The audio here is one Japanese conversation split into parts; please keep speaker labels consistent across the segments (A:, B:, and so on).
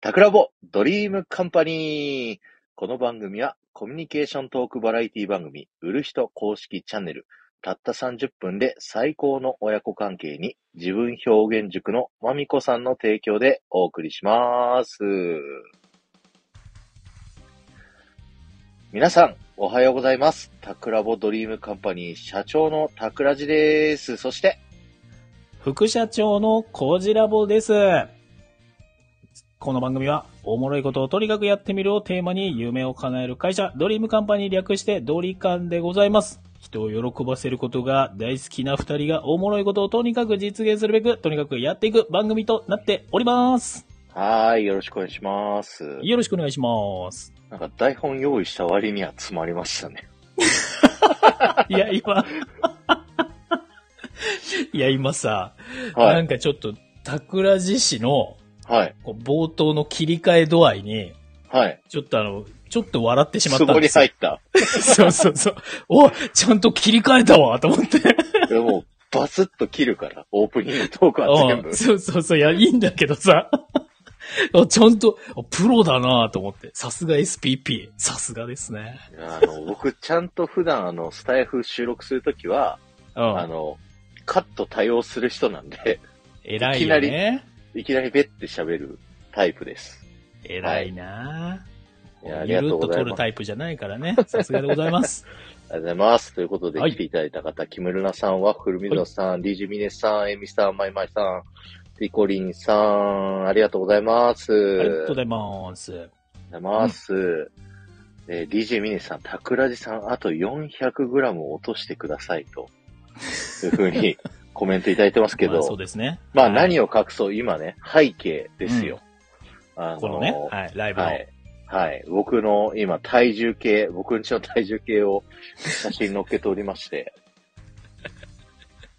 A: タクラボドリームカンパニーこの番組はコミュニケーショントークバラエティ番組売る人公式チャンネルたった30分で最高の親子関係に自分表現塾のまみこさんの提供でお送りします。皆さん、おはようございます。タクラボドリームカンパニー社長のタクラジです。そして、
B: 副社長のコジラボです。この番組は、おもろいことをとにかくやってみるをテーマに夢を叶える会社、ドリームカンパニー略してドリカンでございます。人を喜ばせることが大好きな二人がおもろいことをとにかく実現するべく、とにかくやっていく番組となっております。
A: はい、よろしくお願いします。
B: よろしくお願いします。
A: なんか台本用意した割には詰まりましたね。
B: いや、今、 いや、今さ、
A: は。
B: ないんかちょっと、桜寺市の
A: はい。
B: こう冒頭の切り替え度合いに、
A: はい。
B: ちょっとあの、ちょっと笑ってしまっ
A: そ
B: た
A: こ
B: ん
A: に
B: ですよ
A: 入。った。
B: そうそうそう。お、ちゃんと切り替えたわ、と思って。
A: でも、バスッと切るから、オープニングトークは全
B: う
A: 部
B: ん。そうそうそう、いや、いいんだけどさ。 おちゃんと、おプロだなと思って。さすが SPP。さすがですね。
A: あの、僕、ちゃんと普段、あの、スタイフ収録するときは、
B: う
A: あ
B: ん。
A: の、カット対応する人なんで、
B: 偉
A: い
B: い
A: きな
B: よ
A: り
B: ね。
A: いきなりベッて喋るタイプです。
B: 偉いな、
A: いやあり
B: ゆ
A: が
B: るっ
A: とう
B: と
A: ござい
B: 取る
A: ます。
B: タイプじゃないからね。さすがでございます。
A: ありがとうございます。ということで、
B: はい
A: 来ていただいた方、キムルナさん、ワッフルミドさん、リジミネさん、エミさん、マイマイさん、リコリンさん、ありが とうございます。
B: ありがとうご
A: ありがと
B: ざいます。
A: うございます。えー、DJ ミネさん、タクラジさん、あと 400g 落としてくださいと、いうふう にコメントいただいてますけ
B: まあ、
A: ど、
B: そうですね。
A: まあ
B: はい
A: 何を隠そう、今ね、背景ですよ。あのー
B: このね、はい、ライブの。
A: はい。はい。僕の今、体重計、僕んちの体重計を写真載っけておりま して。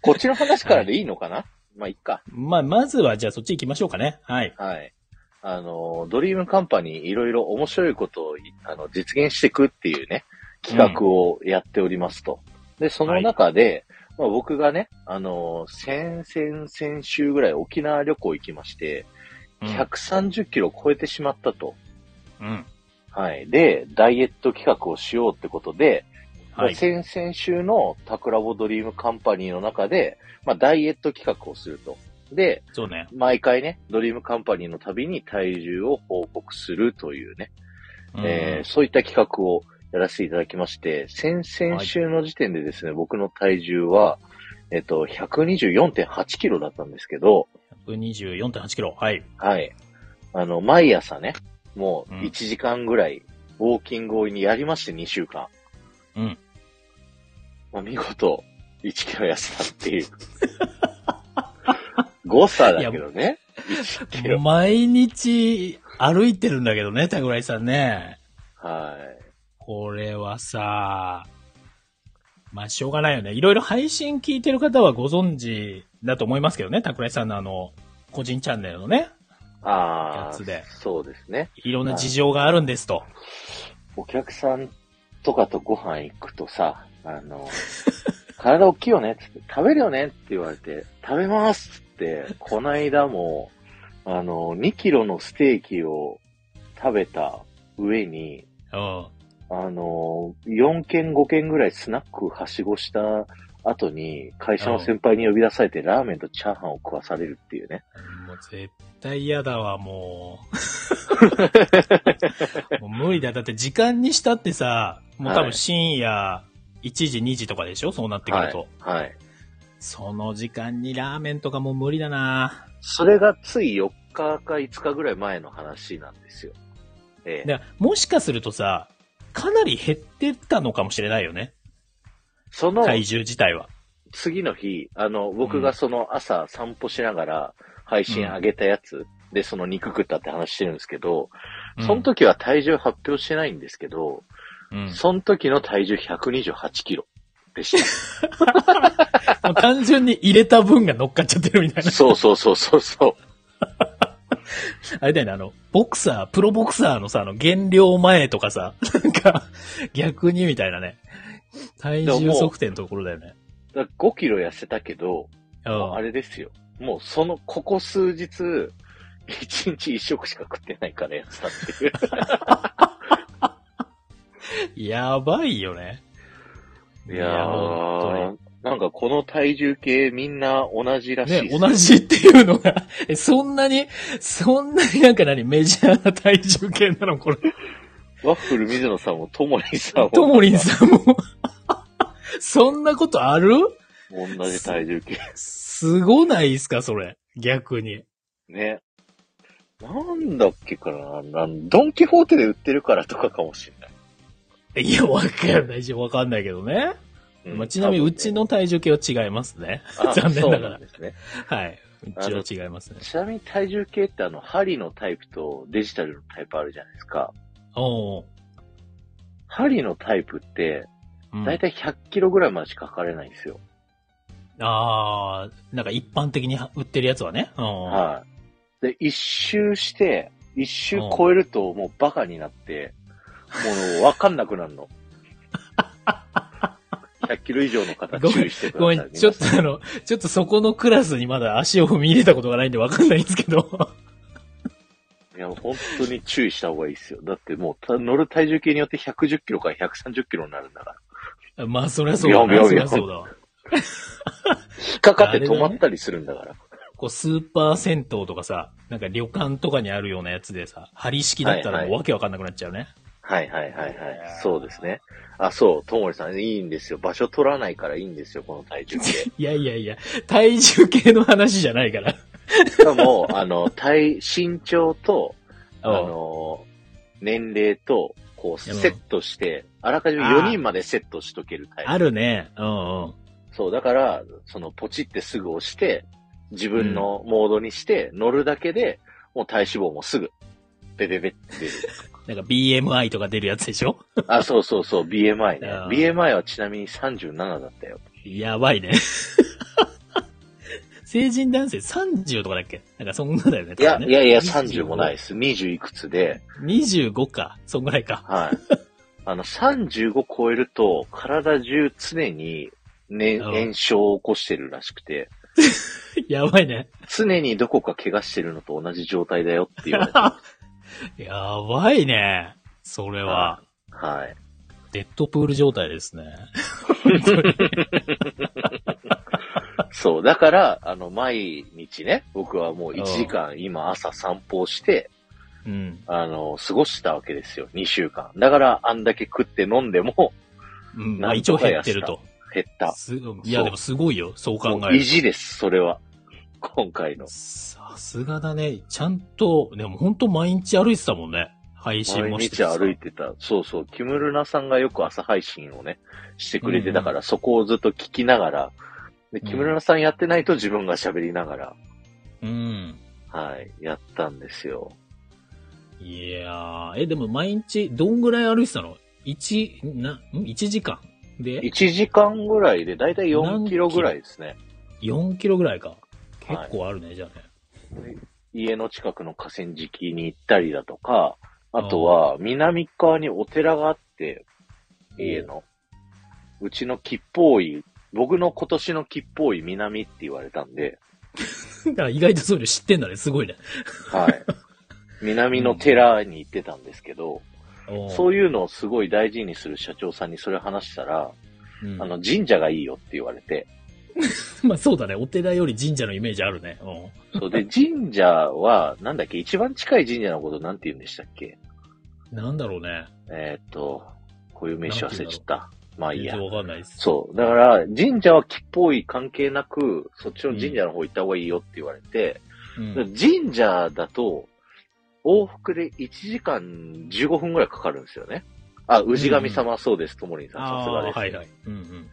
A: こっちの話からでいいのかな、まあ、いっか。
B: まあ、まずは、じゃあそっち行きましょうかね。はい。
A: はい。あの、ドリームカンパニー、いろいろ面白いことをいあの実現していくっていうね、企画をやっておりますと。で、その中で、まあ、僕がね、あの、先々先週ぐらい沖縄旅行行きまして、
B: うん
A: 130キロ超えてしまったと。
B: うん。
A: はい。で、ダイエット企画をしようってことで、
B: はい。
A: 先々週のタクラボドリームカンパニーの中で、まあ、ダイエット企画をすると。で、
B: そうね。
A: 毎回ね、ドリームカンパニーの旅に体重を報告するというね、
B: うん
A: えーそういった企画をやらせていただきまして、先々週の時点でですね、僕の体重は、えっと、124.8キロだったんですけど、
B: 124.8キロ。はい。
A: はい。あの、毎朝ね、もう
B: うん
A: 1時間ぐらい、ウォーキングをにやりまして、2週間。
B: うん。
A: まあ、見事、1キロ痩せたっていう。誤差だけどね。1キロ。
B: 毎日歩いてるんだけどね、タグライさんね。
A: はい。
B: これはさ、まあしょうがないよね。いろいろ配信聞いてる方はご存知だと思いますけどね、タグライさんのあの、個人チャンネルのね、
A: あ
B: やつで
A: あ、そうですね。
B: いろんな事情があるんですと。
A: お客さんとかとご飯行くとさ、あの、 体大きいよねっつって、食べるよねって言われて、食べますっつって、こないだも、あの、2キロのステーキを食べた上に、
B: うん。
A: あの、4軒5軒ぐらいスナックはしごした後に、会社の先輩に呼び出されてラーメンとチャーハンを食わされるっていうね。
B: もう絶対嫌だわ、も う。もう無理だ。だって時間にしたってさ、もう多
A: は
B: 分
A: い
B: 深夜1時、2時とかでしょそうなってく
A: は
B: ると。
A: い。はい。
B: その時間にラーメンとかもう無理だな
A: それがつい4日か5日ぐらい前の話なんですよ。ええ。
B: でもしかするとさ、かなり減ってたのかもしれないよね。
A: その、
B: 体重自体は。
A: 次の日、あの、僕がその朝散歩しながら配信上げたやつで、その肉食ったって話してるんですけど、その時は体重発表してないんですけど、
B: うん、うん
A: その時の体重128キロでし
B: もう単純に入れた分が乗っかっちゃってるみた
A: た。
B: い な。
A: そうそうそうそうそう。
B: あれだよね、あの、ボクサー、プロボクサーのさ、あの、減量前とかさ、なんか、逆にみたいなね。体重測定のところだよね。
A: だから5キロ痩せたけど、
B: うん
A: あれですよ。もうその、ここ数日、一日一食しか食ってないからやってたっていう。
B: やばいよね。
A: いやー
B: 本、
A: なんかこの体重計みんな同じらしいっす
B: 当に。
A: ね
B: ね、同じっていうのが、え、そんなに、そんなになんか何、メジャーな体重計なのこれ。
A: ワッフル水野さんもともりんさんも。
B: ともりんさんも。 そんなことある
A: ん。同じ体重計。
B: すごないっすか、それ。逆に。
A: ね。なんだっけかななんドンキホーテで売ってるからとかかもしれない。
B: いや、わかんないし、わかんないけどね。
A: うん
B: まあ、ちなみに、うち、の体重計は違いますね。
A: 多分ね
B: 残念な
A: あそう
B: が
A: な
B: ら
A: ん。ですね。
B: はい。うちは違いますね。
A: ちなみに体重計ってあの、針のタイプとデジタルのタイプあるじゃないですか。
B: おう
A: 針のタイプって、
B: うん。
A: だいたい100キロぐらいまでしか測れないんですよ。
B: ああ、なんか一般的に売ってるやつはね。うん。
A: はい。で、一周して、一周超えるともうバカになって、もうわかんなくなる の。100キロ以上の方注意してくだ
B: ご
A: さ
B: め
A: い。
B: ん、ちょっと
A: 皆さ
B: あの、ちょっとそこのクラスにまだ足を踏み入れたことがないんでわかんないんですけど。
A: んいや、本当に注意した方がいいですよ。だってもうた乗る体重計によって110キロから130キロになるんだから。
B: まあ、そりゃそうだ
A: いやいや
B: な。
A: い
B: そり
A: や
B: ゃそうだわ。
A: 引っかかって止まったりするんだから。
B: こう、スーパー銭湯とかさ、なんか旅館とかにあるようなやつでさ、針式だった
A: は
B: ら
A: いは
B: も
A: いう
B: わけわかんなくなっちゃうね。
A: はいはいはいはいい
B: や。ー
A: そうですね。あ、そう、ともりさん、いいんですよ。場所取らないからいいんですよ、この体重計。
B: いやいやいや、体重計の話じゃないから。
A: しかも、あの、体、身長と、あの、年齢と、こう、
B: いやもう
A: セットして、あらかじめ4人までセットしとけるタイ
B: あ
A: プ。
B: るね。うんうん。
A: そう、だから、その、ポチってすぐ押して、自分のモードにして、乗るだけで、もう体脂肪もすぐ、ベベベって出 る。
B: なんか BMI とか出るやつでしょ
A: あ、そうそうそう、BMI ね
B: あ。ー
A: BMI はちなみに37だったよ。
B: やばいね。 成人男性30とかだっけなんかそんなだよね。
A: いや、
B: 多分
A: い
B: ね
A: やいや、30もない。です。20いくつで、
B: 25か。そんぐらいか。
A: はい。あの、35超えると、体中常に、ね、
B: うん
A: 炎症を起こしてるらしくて、
B: やばいね。
A: 常にどこか怪我してるのと同じ状態だよって言わ れて。
B: やばいね。それは。
A: はい。
B: デッドプール状態ですね。
A: そう。だから、あの、毎日ね、僕はもう1時間、今朝散歩をして、
B: うん。
A: あの、過ごしたわけですよ。2週間。だから、あんだけ食って飲んで も
B: うん。まあ
A: なん
B: 一応
A: とか
B: 減
A: や
B: っ
A: した
B: てると。
A: 減った。
B: すいや、でもすごいよ。そう考
A: も
B: え
A: う
B: る
A: 意
B: と。
A: 地です、それは。今回の。
B: さすがだね。ちゃんと、でも本当毎日歩いてたもんね。配信
A: 毎
B: もして
A: 日
B: てさ
A: 歩いてた。そうそう。キムルナさんがよく朝配信をね、してくれてたから、そこをずっと聞きながら、で、
B: うん
A: キムルナさんやってないと自分が喋りながら、
B: うん。
A: はい、やったんですよ。
B: いやー、え、でも毎日、どんぐらい歩いてたの一、な、ん一時間で、
A: 1時間ぐらいで、だいたい
B: 何
A: 4
B: キ
A: キ
B: ロ
A: ロぐらいですね。
B: 4キロぐらいか。結構あるね、じゃあね。
A: 家の近くの河川敷に行ったりだとか、あとは、南側にお寺があって、家の。うちの吉報院、僕の今年の吉報院南って言われたん で、
B: だから意外とそういうの知ってんだね、すごいね。
A: はい。南の寺に行ってたんですけど、そうういうのをすごい大事にする社長さんにそれ話したら、
B: ん、うん
A: あの、神社がいいよって言われ て、
B: まあそうだね、お寺より神社のイメージあるね。うん
A: そうで、神社は、なんだっけ、一番近い神社のことなんて言うんでしたっけ
B: なんだろうね。
A: えーっと、こういう名詞忘れちゃった。まあいい
B: 全
A: や
B: 然。わかんないです。
A: そう。だから、神社は木っぽい関係なく、そっちの神社の方行った方がいいよって言われて、
B: うん。
A: 神社だと、往復で1時間15分ぐらいかかるんですよね。あ、氏神様はそうです、ともりんさん、さすが
B: あ
A: で
B: ー
A: す。
B: はいはい。うんうん。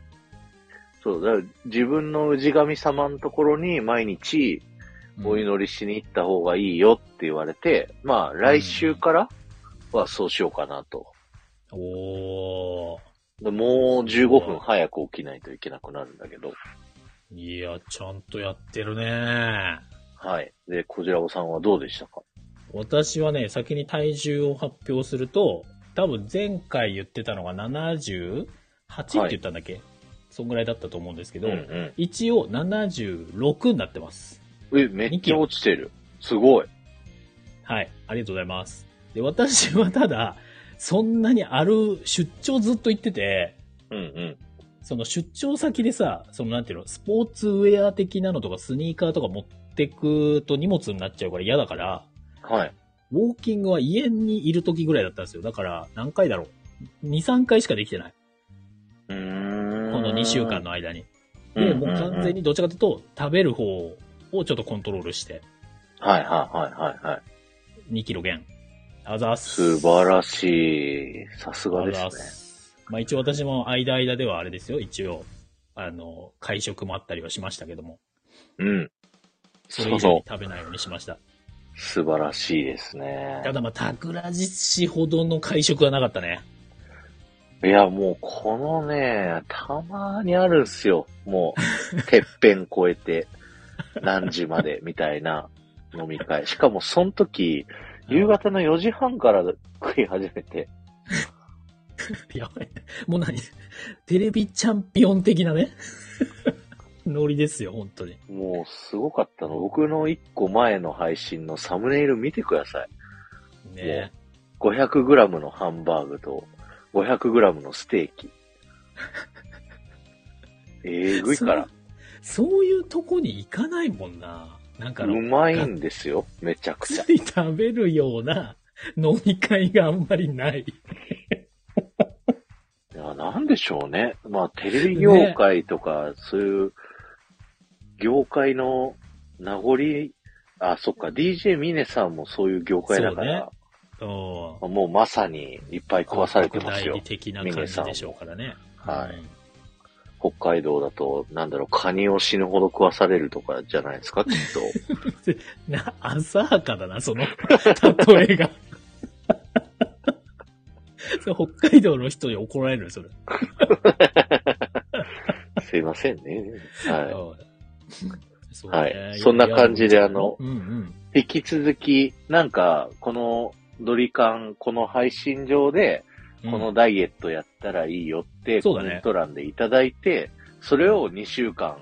A: そう、だから自分の氏神様のところに毎日
B: うん
A: お祈りしに行った方がいいよって言われて、まあ来週からはそうしようかなと。
B: おー。
A: でもう15分早く起きないといけなくなるんだけど、
B: いや、ちゃんとやってるね。
A: はい。で、こちらおさんはどうでしたか
B: 私はね、先に体重を発表すると、多分前回言ってたのが78って言ったんだっけ、そんぐらいだったと思うんですけど、
A: ん
B: 一応76になってます。
A: うん。え、めっちゃ落ちてる。すごい。
B: はい。ありがとうございます。で、私はただ、そんなにある出張ずっと行ってて、
A: うんうん。
B: その出張先でさ、そのなんていうの、スポーツウェア的なのとかスニーカーとか持ってくと荷物になっちゃうから嫌だから、
A: はい。
B: ウォーキングは家にいる時ぐらいだったんですよ。だから、何回だろう。2、3回しかできてない。
A: うー
B: こ
A: ん。
B: の2週間の間に。
A: うんうんう
B: で、
A: ん
B: もう完全にどっちかというと、食べる方をちょっとコントロールして、
A: はいはいはいはいはい。
B: 2キロ減。あざっ
A: 素
B: す。
A: 晴らしい。さすが
B: あ
A: で
B: ざっ
A: すね。
B: す。まあ一応私も間間ではあれですよ、一応。あの、会食もあったりはしましたけども。
A: うん。
B: それ以上に食べないようにしました。
A: 素晴らしいですね。
B: ただまあ、桜地市ほどの会食はなかったね。
A: いや、もうこのね、たまにあるんすよ。も う、てっぺん越えて、何時までみたいな飲み会。しかもその時、夕方の4時半から食い始めて、
B: やばい。もう何テレビチャンピオン的なね。 ノリですよ、本当に。
A: もうすごかったの。僕の1個前の配信のサムネイル見てください。
B: ね
A: 500g のハンバーグと 500g のステー キ。えぐいから。
B: そうそういうとこに行かないもんな。なんかあ
A: う
B: の、
A: まいんですよ。めちゃくちゃ。
B: つい食べるような 飲み会があんまりない。
A: いや、なんでしょうね。まあ、テレビ業界とか、そういう、業界の名残、あ、そっか、DJ ミネさんもそういう業界だから、
B: そうん。
A: もうまさにいっぱい壊されてますよ
B: 国代理。的な感じでしょうからね。
A: はい
B: うん
A: 北海道だと、なんだろう、カニを死ぬほど食わされるとかじゃないです か、きっと。
B: な、浅はかだな、その例えが。 それ北海道の人に怒られるよそれ。
A: すいませんね。は
B: そ
A: はいそんな感じであの
B: うんうん。
A: い。引き続き、なんか、このドリカン、この配信上で、
B: うん
A: このダイエットやったらいいよって、
B: そ
A: コ
B: うだね
A: メント欄でいただいて、それを2週間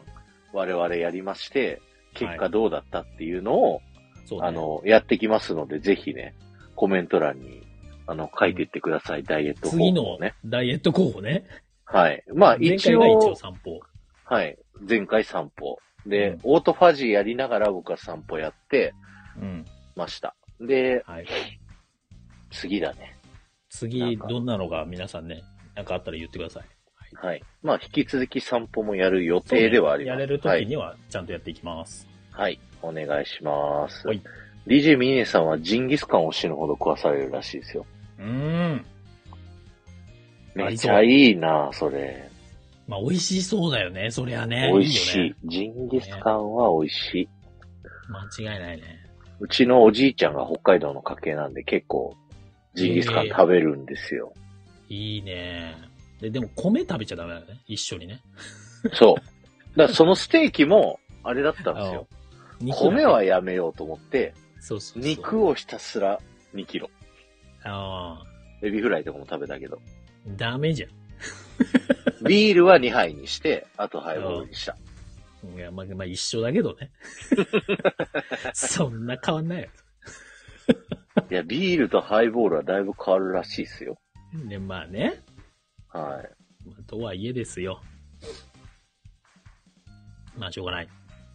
A: 我々やりまして、結
B: は
A: 果どうだったっていうのを、
B: そうだね
A: あの、やってきますので、ぜひね、コメント欄に、あの、書いていってください、ダイエット方
B: 次
A: 法
B: の
A: をね。
B: ダイエット候補ね。
A: はい。まあ、
B: 前
A: 一
B: 回が一応
A: 応、
B: 散歩。
A: はい。前回散歩。で、
B: うん
A: オートファジーやりながら僕は散歩やって
B: うん。
A: ました。で、
B: はい。
A: 次だね。なん
B: 次、
A: か
B: どんなのが皆さんね、なんかあったら言ってください。
A: はい。まあ、引き続き散歩もやる予
B: そうね
A: 定ではあります。
B: やれる
A: は
B: 時
A: い
B: にはちゃんとやっていきます。
A: はい。お願いします。
B: はい
A: DJ ミネさんはジンギスカンを死ぬほど食わされるらしいですよ。
B: うーん。あ
A: め
B: り
A: ち
B: そう
A: ゃいいなそれ。
B: まあ、美味しそうだよね、そりゃね。
A: 美味しい
B: いよね
A: ジンギスカンは美味しい。
B: 間違いないね。
A: うちのおじいちゃんが北海道の家系なんで結構ジンギスカン食べるんですよ。
B: いいね。で、でも米食べちゃダメだよね。一緒にね。
A: そう。だからそのステーキも、あれだったんです よ。
B: うん肉だけ
A: 米はやめようと思って、
B: そうそうそう。
A: 肉をひたすら2キロ。
B: ああ。
A: エビフライとかも食べたけど。
B: ダメじゃ
A: ビールは2杯にして、あとハイボールにした。
B: ん。いや、まあ、まあ、一緒だけどね。 そんな変わんないよ。
A: いや、ビールとハイボールはだいぶ変わるらしいですよ。
B: ね、まあね。
A: はい。
B: まあとはいえですよ。まあ、しょうがない。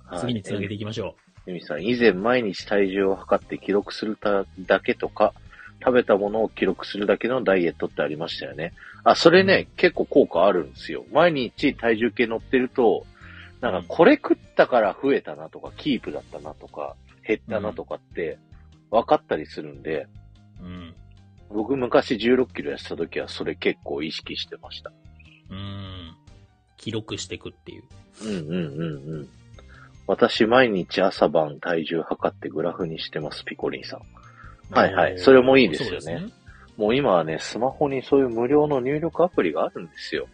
A: はい、
B: 次につなげていきましょ
A: えみさん、以前毎日体重を測って記録するただけとか、食べたものを記録するだけのダイエットってありましたよね。あ、それね、結構効果あるんですよ。毎日体重計乗ってると、なんかこれ食ったから増えたなとか、キープだったなとか、減ったなとかって分かったりするんで、
B: う。うん。
A: 僕昔16キロ痩せた時はそれ結構意識してました。
B: うん。記録していくっていう。
A: うんうんうんうん。私毎日朝晩体重測ってグラフにしてます、ピコリンさん。はいはい
B: おー
A: それもいいですよね
B: そうですね。
A: もう今はね、スマホにそういう無料の入力アプリがあるんですよ。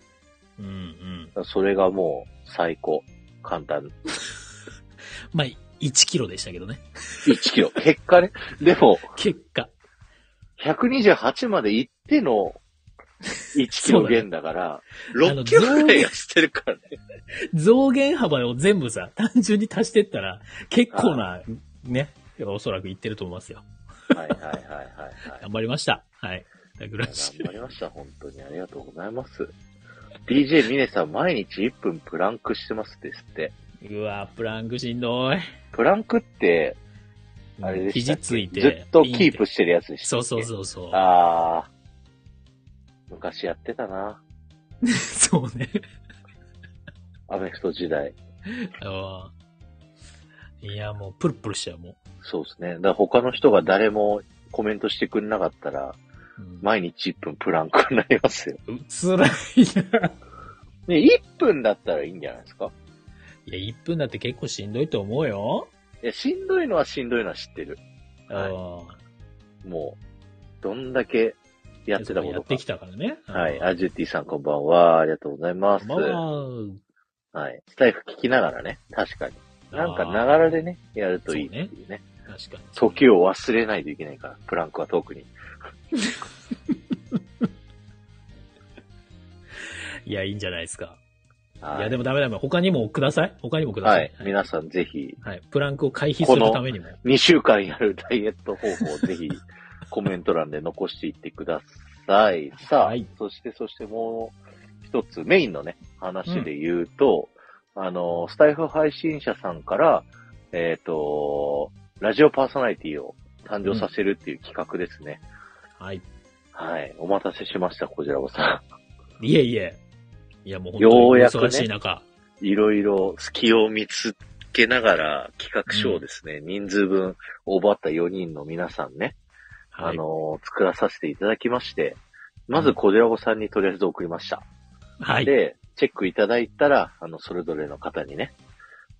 B: うんうん。
A: それがもう最高。簡単。
B: まあ、1キロでしたけどね。
A: 1キロ。 結果ね。でも、
B: 結果。
A: 128まで行っての1キロ減だから、
B: そうだね
A: 6キロぐらいがしてるからね。
B: 増減幅を全部さ、単純に足してったら、結構な、ね、おそらくいってると思いますよ。
A: はいはいはい はい、はい。
B: 頑張りました。はい。ラグランジ
A: 頑張りました、本当に。ありがとうございます。DJ ミネさん、毎日1分プランクしてますですって。
B: うわ、プランクしんどい。
A: プランクって、あれでしたっけ
B: 肘ついて。
A: ずっとキープ
B: し
A: してるやつでしたっけ
B: そうそうそうそう。
A: あー。昔やってたな。
B: そうね。
A: アメフト時代。
B: あーいや、もう、プルプルしちゃう、も
A: そうですね。だから他の人が誰もコメントしてくれなかったら、
B: う。うん
A: 毎日1分プランクになりますよ。
B: う辛いな。
A: ね、1分だったらいいんじゃないですか
B: いや、1分だって結構しんどいと思うよ。
A: いや、しんどいのはしんどいのは知ってる。はい
B: は
A: もう、どんだけやってたこ
B: や
A: と
B: っ
A: か
B: てき。たからね。
A: はい。
B: あ
A: アジュティさんこんばんは。ありがとうございます。
B: まあ、
A: はい。スタイフ聞きながらね。確かに。なんかながらでね、やるといいっていうね。
B: 確かに。
A: 時を忘れないといけないから、プランクは特に。
B: いや、いいんじゃないですか。
A: はい
B: いや、でもダメダメ。他にもください。他にもくだ
A: は
B: さ
A: い
B: い。。
A: 皆さんぜひ、
B: はい。プランクを回避するためにも。
A: 2週間やるダイエット方法をぜひ、 コメント欄で残していってください。さあ、
B: はい
A: そしてそしてもう一つ、メインのね、話で言うと、あの、スタイフ配信者さんから、えっ、と、ラジオパーソナリティを誕生させるっていう企画ですね。
B: はい。
A: はい。お待たせしました、こちらもさ
B: いえいえ。いや、もう本
A: ようや
B: 当
A: く
B: に
A: ね
B: 忙しい中。
A: ん。 いろいろ隙を見つけながら企画書をですね、人数分オーバーった4人の皆さんね、あ
B: はい。
A: のー作らさせていただきまして、まずコジラボさんにとりあえず送りました。
B: はい。
A: で、チェックいただいたら、あの、それぞれの方にね、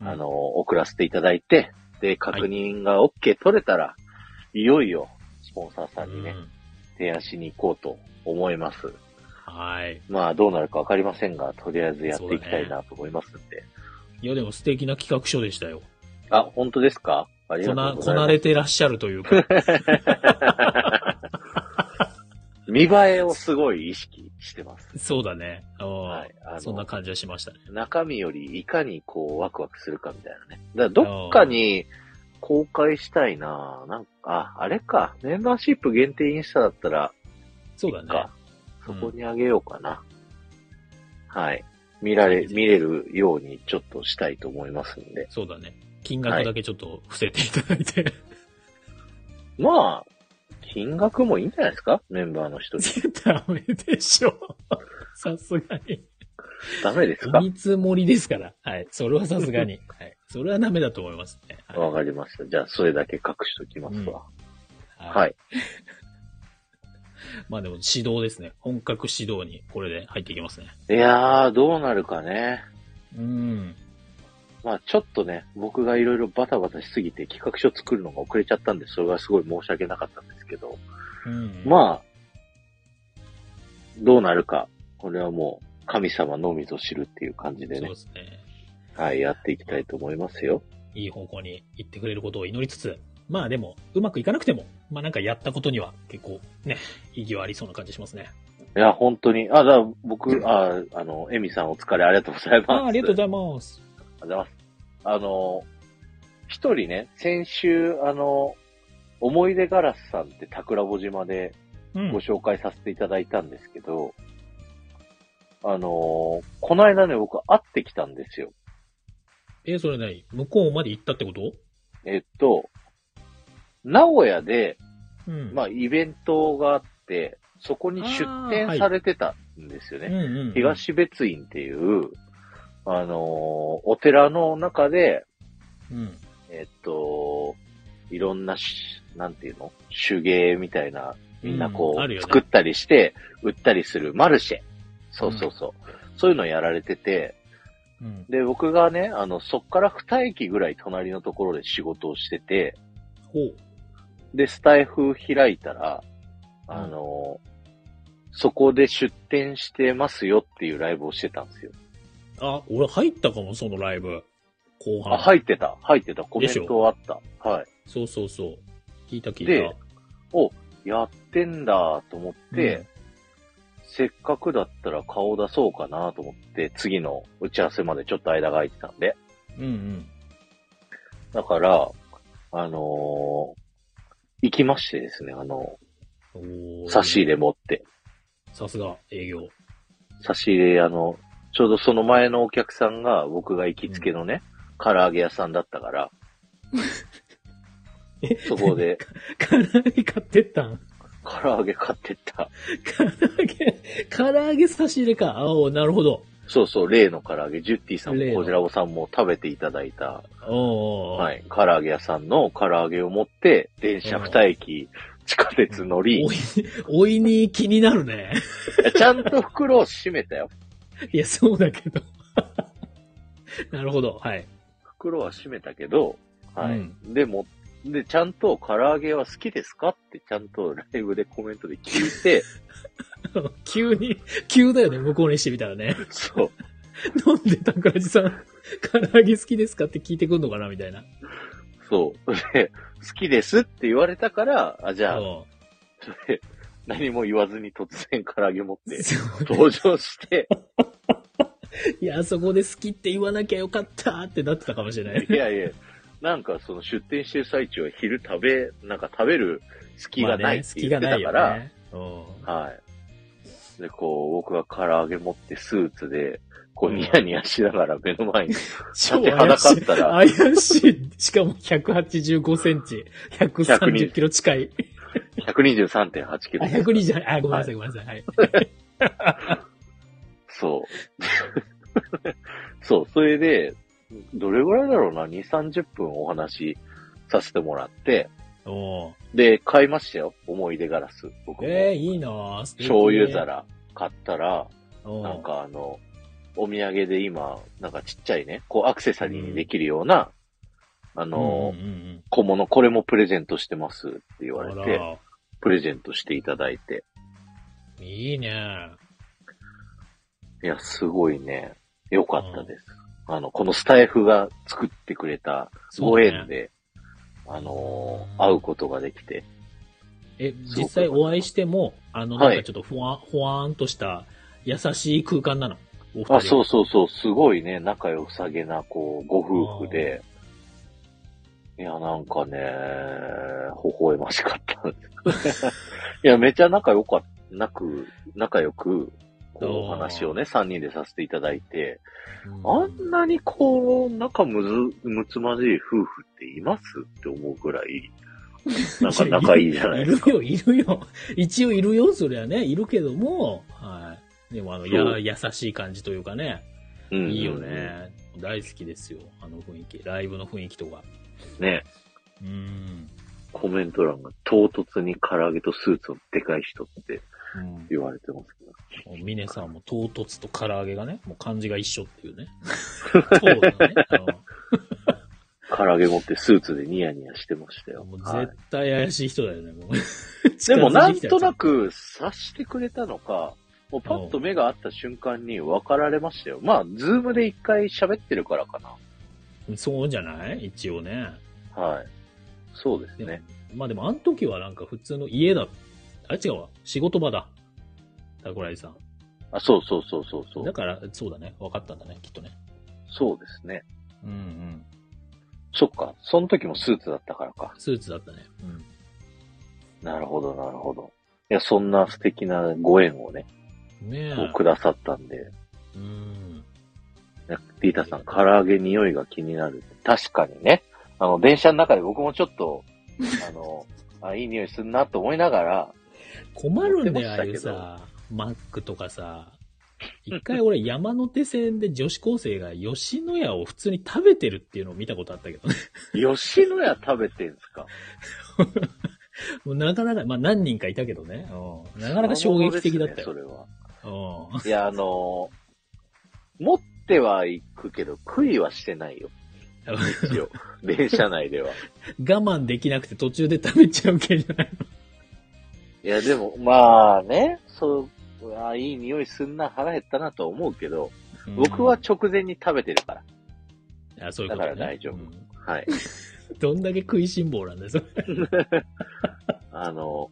B: うん
A: あのー、送らせていただいて、で、確認が OK 取れたら、い、よいよ、スポンサーさんにね、
B: うん
A: 提案しに行こうと思います。
B: はい。
A: まあ、どうなるかわかりませんが、とりあえずやっていきたいなと思いますんで。
B: いや、でも素敵な企画書でしたよ。
A: あ、本当ですかありが
B: こ
A: と
B: な、
A: うご
B: こ
A: ざいま
B: な
A: す。
B: れてらっしゃるというか。
A: 見栄えをすごい意識してます。
B: そうだね。は
A: はいい。。あの
B: そんな感じはしましたね。
A: 中身よりいかにこうワクワクするかみたいなね。だからどっかに公開したいなぁなんか、あ、あれか。メンバーシップ限定インスタだったら、
B: そうだね
A: か。そこにあげようかな。はい。見られ、見れるようにちょっとしたいと思いますんで。
B: そうだね。金額だけちょっと伏せていただいて。
A: まあ、金額もいいんじゃないですかメンバーの 人に。
B: ダメでしょ。 さすがに。
A: ダメですか
B: お見積もりですから。はい。それはさす がに。はい。それはダメだと思いますね。
A: わ
B: は
A: かりました。じゃあ、それだけ隠しときますわ。
B: い。。
A: はいい。
B: まあでも指導ですね。本格指導にこれで入っていきますね。
A: いやー、どうなるかね。
B: うん。
A: まあちょっとね、僕がいろいろバタバタしすぎて企画書作るのが遅れちゃったんで、それはすごい申し訳なかったんですけど、
B: うん。あ。
A: まあ、どうなるか、これはもう神様のみぞ知るっていう感じで
B: そう
A: ね
B: で、すね。
A: はい、やっていきたいと思いますよ。
B: いい方向に行ってくれることを祈りつつ、まあでも、うまくいかなくても、まあなんかやったことには結構ね、意義はありそうな感じしますね。
A: いや、本当に、あ、だから僕、あ、あの、エミさんお疲れありがとうございます。
B: ああ、ありがとう
A: あ
B: ございます。
A: りがとうございます。あの、一人ね、先週、あの、思い出ガラスさんって桜穂島で
B: うん。
A: ご紹介させていただいたんですけど、あのーこの間ね、僕会ってきたんですよ。
B: え、それ何向こうまで行ったってこと
A: えっと、名古屋で、
B: うん。
A: まあ、イベントがあって、そこに出展されてたんですよ
B: う
A: ね。
B: んうんうん。
A: 東別院っていう、あのーお寺の中で、
B: うん。
A: えっと、いろんなし、なんていうの手芸みたいなみんなこ
B: うんある
A: う、
B: よね
A: 作ったりして、売ったりするマルシェ。そうそうそう。そういうのやられてて、
B: うん。
A: で、僕がね、あの、そっから二駅ぐらい隣のところで仕事をしてて、
B: ほう。
A: で、スタイフ開いたら、
B: うん
A: あの、そこで出店してますよっていうライブをしてたんですよ。
B: あ、俺入ったかも、そのライブ。後半。
A: あ、入ってた、入ってた、コメ
B: でし
A: ン
B: ょ
A: トあった。はい。
B: そうそうそう。聞いた聞いた。
A: でやってんだと思って、
B: うん
A: せっかくだったら顔出そうかなと思って、次の打ち合わせまでちょっと間が空いてたんで、
B: うんうん。
A: だから、あのー行きましてですね、あの、
B: おー
A: 差し入れ持って。
B: さすが、営業。
A: 差し入れ、あの、ちょうどその前のお客さんが僕が行きつけのね、唐揚げ屋さんだった から、
B: え
A: そこで
B: 唐揚げ買ってったん
A: 唐揚げ買ってった。
B: 唐揚げ、唐揚げ差し入れか。あおなるほど。
A: そうそう、例の唐揚げ、ジュッティさん
B: 例
A: も
B: の
A: コジラボさんも食べていただいた、
B: おーおーおー
A: はい、唐揚げ屋さんの唐揚げを持って、電車二駅、地下鉄乗り
B: お、い、おいに気になるね。
A: ちゃんと袋を閉めたよ。
B: いや、そうだけど。 なるほど。はい。
A: 袋は閉めたけど、はい。
B: うん
A: でも、で、ちゃんと唐揚げは好きですかってちゃんとライブでコメントで聞い て、
B: 急に、急だよね、向こうにしてみたらね。
A: そう。
B: なんで桜地さん、唐揚げ好きですかって聞いてくんのかなみたいな。
A: そう。で、好きですって言われたから、あ、じゃあ、
B: そ
A: 何も言わずに突然唐揚げ持って
B: う
A: 登場して、
B: いや、あそこで好きって言わなきゃよかったってなってたかもしれない。
A: いやいや、なんかその出店してる最中は昼食べ、なんか食べる隙がないって言ってたから、
B: まあね隙がないよね
A: はい。で、こう、僕が唐揚げ持ってスーツで、こう、ニヤニヤしながら目の前 に、
B: うん
A: 立てはなかったら
B: 怪しい。怪しい。しかも185センチ、130キロ近い。
A: 123.8キ
B: あ、
A: ロ。
B: 120じゃない。あ、ごめんなさい、ごめんなさい。はい。
A: そう。 そう、それで、どれぐらいだろうな、2、30分お話しさせてもらって、
B: おー
A: で、買いましたよ。思い出ガラス。僕も。
B: ええいいなぁ。素敵
A: 醤油。皿買ったら、
B: おう
A: なんかあの、お土産で今、なんかちっちゃいね、こうアクセサリーにできるような、あの、
B: うんうんうん
A: 小物、これもプレゼントしてますって言われ
B: あ
A: て、
B: ら
A: プレゼントしていただいて。
B: いいね
A: いや、すごいね、良かったです。あの、このスタイフが作ってくれた
B: そう
A: ご
B: ね
A: 縁で、あのー会うことができて。
B: え、実際お会いしても、あの、
A: はい
B: なんかちょっとふわ、ほわーんとした優しい空間なの。お二人
A: あ、そうそうそう、すごいね、仲良さげな、こう、ご夫婦で、いや、なんかね、微笑ましかった。いや、めちゃ仲良かっなく、仲良く、こう、お話をね、3人でさせていただいて、
B: うん。
A: あんなにこう、仲むず、むつまじい夫婦っていますって思うぐら い、なんか仲いいじゃないですか。
B: いるよ、いるよ。 一応いるよ、そりゃね。いるけども、はい。でも、あの、
A: そう
B: や、優しい感じというかね。
A: うん
B: いいよ。ね。大好きですよ。あの雰囲気。ライブの雰囲気とか。
A: ね
B: うん。
A: コメント欄が唐突に唐揚げとスーツのでかい人って
B: うん
A: 言われてますけど。
B: もうミネさんも唐突と唐揚げがね、もう漢字が一緒っ ていうね。そうだね。
A: 唐揚げ持ってスーツでニヤニヤしてました
B: うん
A: よ
B: もう。
A: はい
B: 絶対怪しい人だよね、もう。
A: でもなんとな
B: く。
A: く察してくれたのか、もうパッと目が合った瞬間に分かられましたよ。まあ、ズームで一回喋ってるからか
B: そうじゃない一応ね。
A: な。はい。そうです
B: でも
A: ね。
B: まあでも、あの時はなんか普通の家だ。あ、違うわ。仕事場だ。タコライさん。
A: あ、そうそうそうそうそ
B: だ
A: う。
B: から、そうだね。分かったんだね、きっとね。
A: そうですね。
B: うんうん。
A: そっか。その時もスーツだったからか。
B: スーツだったね。うん。
A: なるほど、なるほど。いや、そんな素敵なご縁をね、
B: ねえ。
A: こうくださったんで、
B: うん。
A: ねリータさん、唐揚げ匂いが気になる。確かにね。あの、電車の中で僕もちょっ と、あの、あ、いい匂いするなと思いながら、
B: 困るんだよ、あ
A: 思
B: あ
A: って
B: い
A: ま
B: う
A: したけど
B: さ、マックとかさ。一回俺山手線で女子高生が吉野家を普通に食べてるっていうのを見たことあったけどね。
A: 吉野家食べてんすか
B: もうなかなか、まあ何人かいたけどね。うん。なかなか衝撃的だった
A: そ
B: よ。
A: れは。
B: うん。
A: いや、あの、持っては行くけど、食いはしてない よ。一応。電車内では。
B: 我慢できなくて途中で食べちゃう系じゃない
A: いや、でも、まあね、そう、あいい匂いすんな、腹減ったなとは思うけど、
B: の
A: 僕は直前に食べてるから。
B: あそういうこと、ね、
A: だから大丈夫
B: うん
A: はい。
B: どんだけ食いしん坊なんだよ、それ。
A: あの、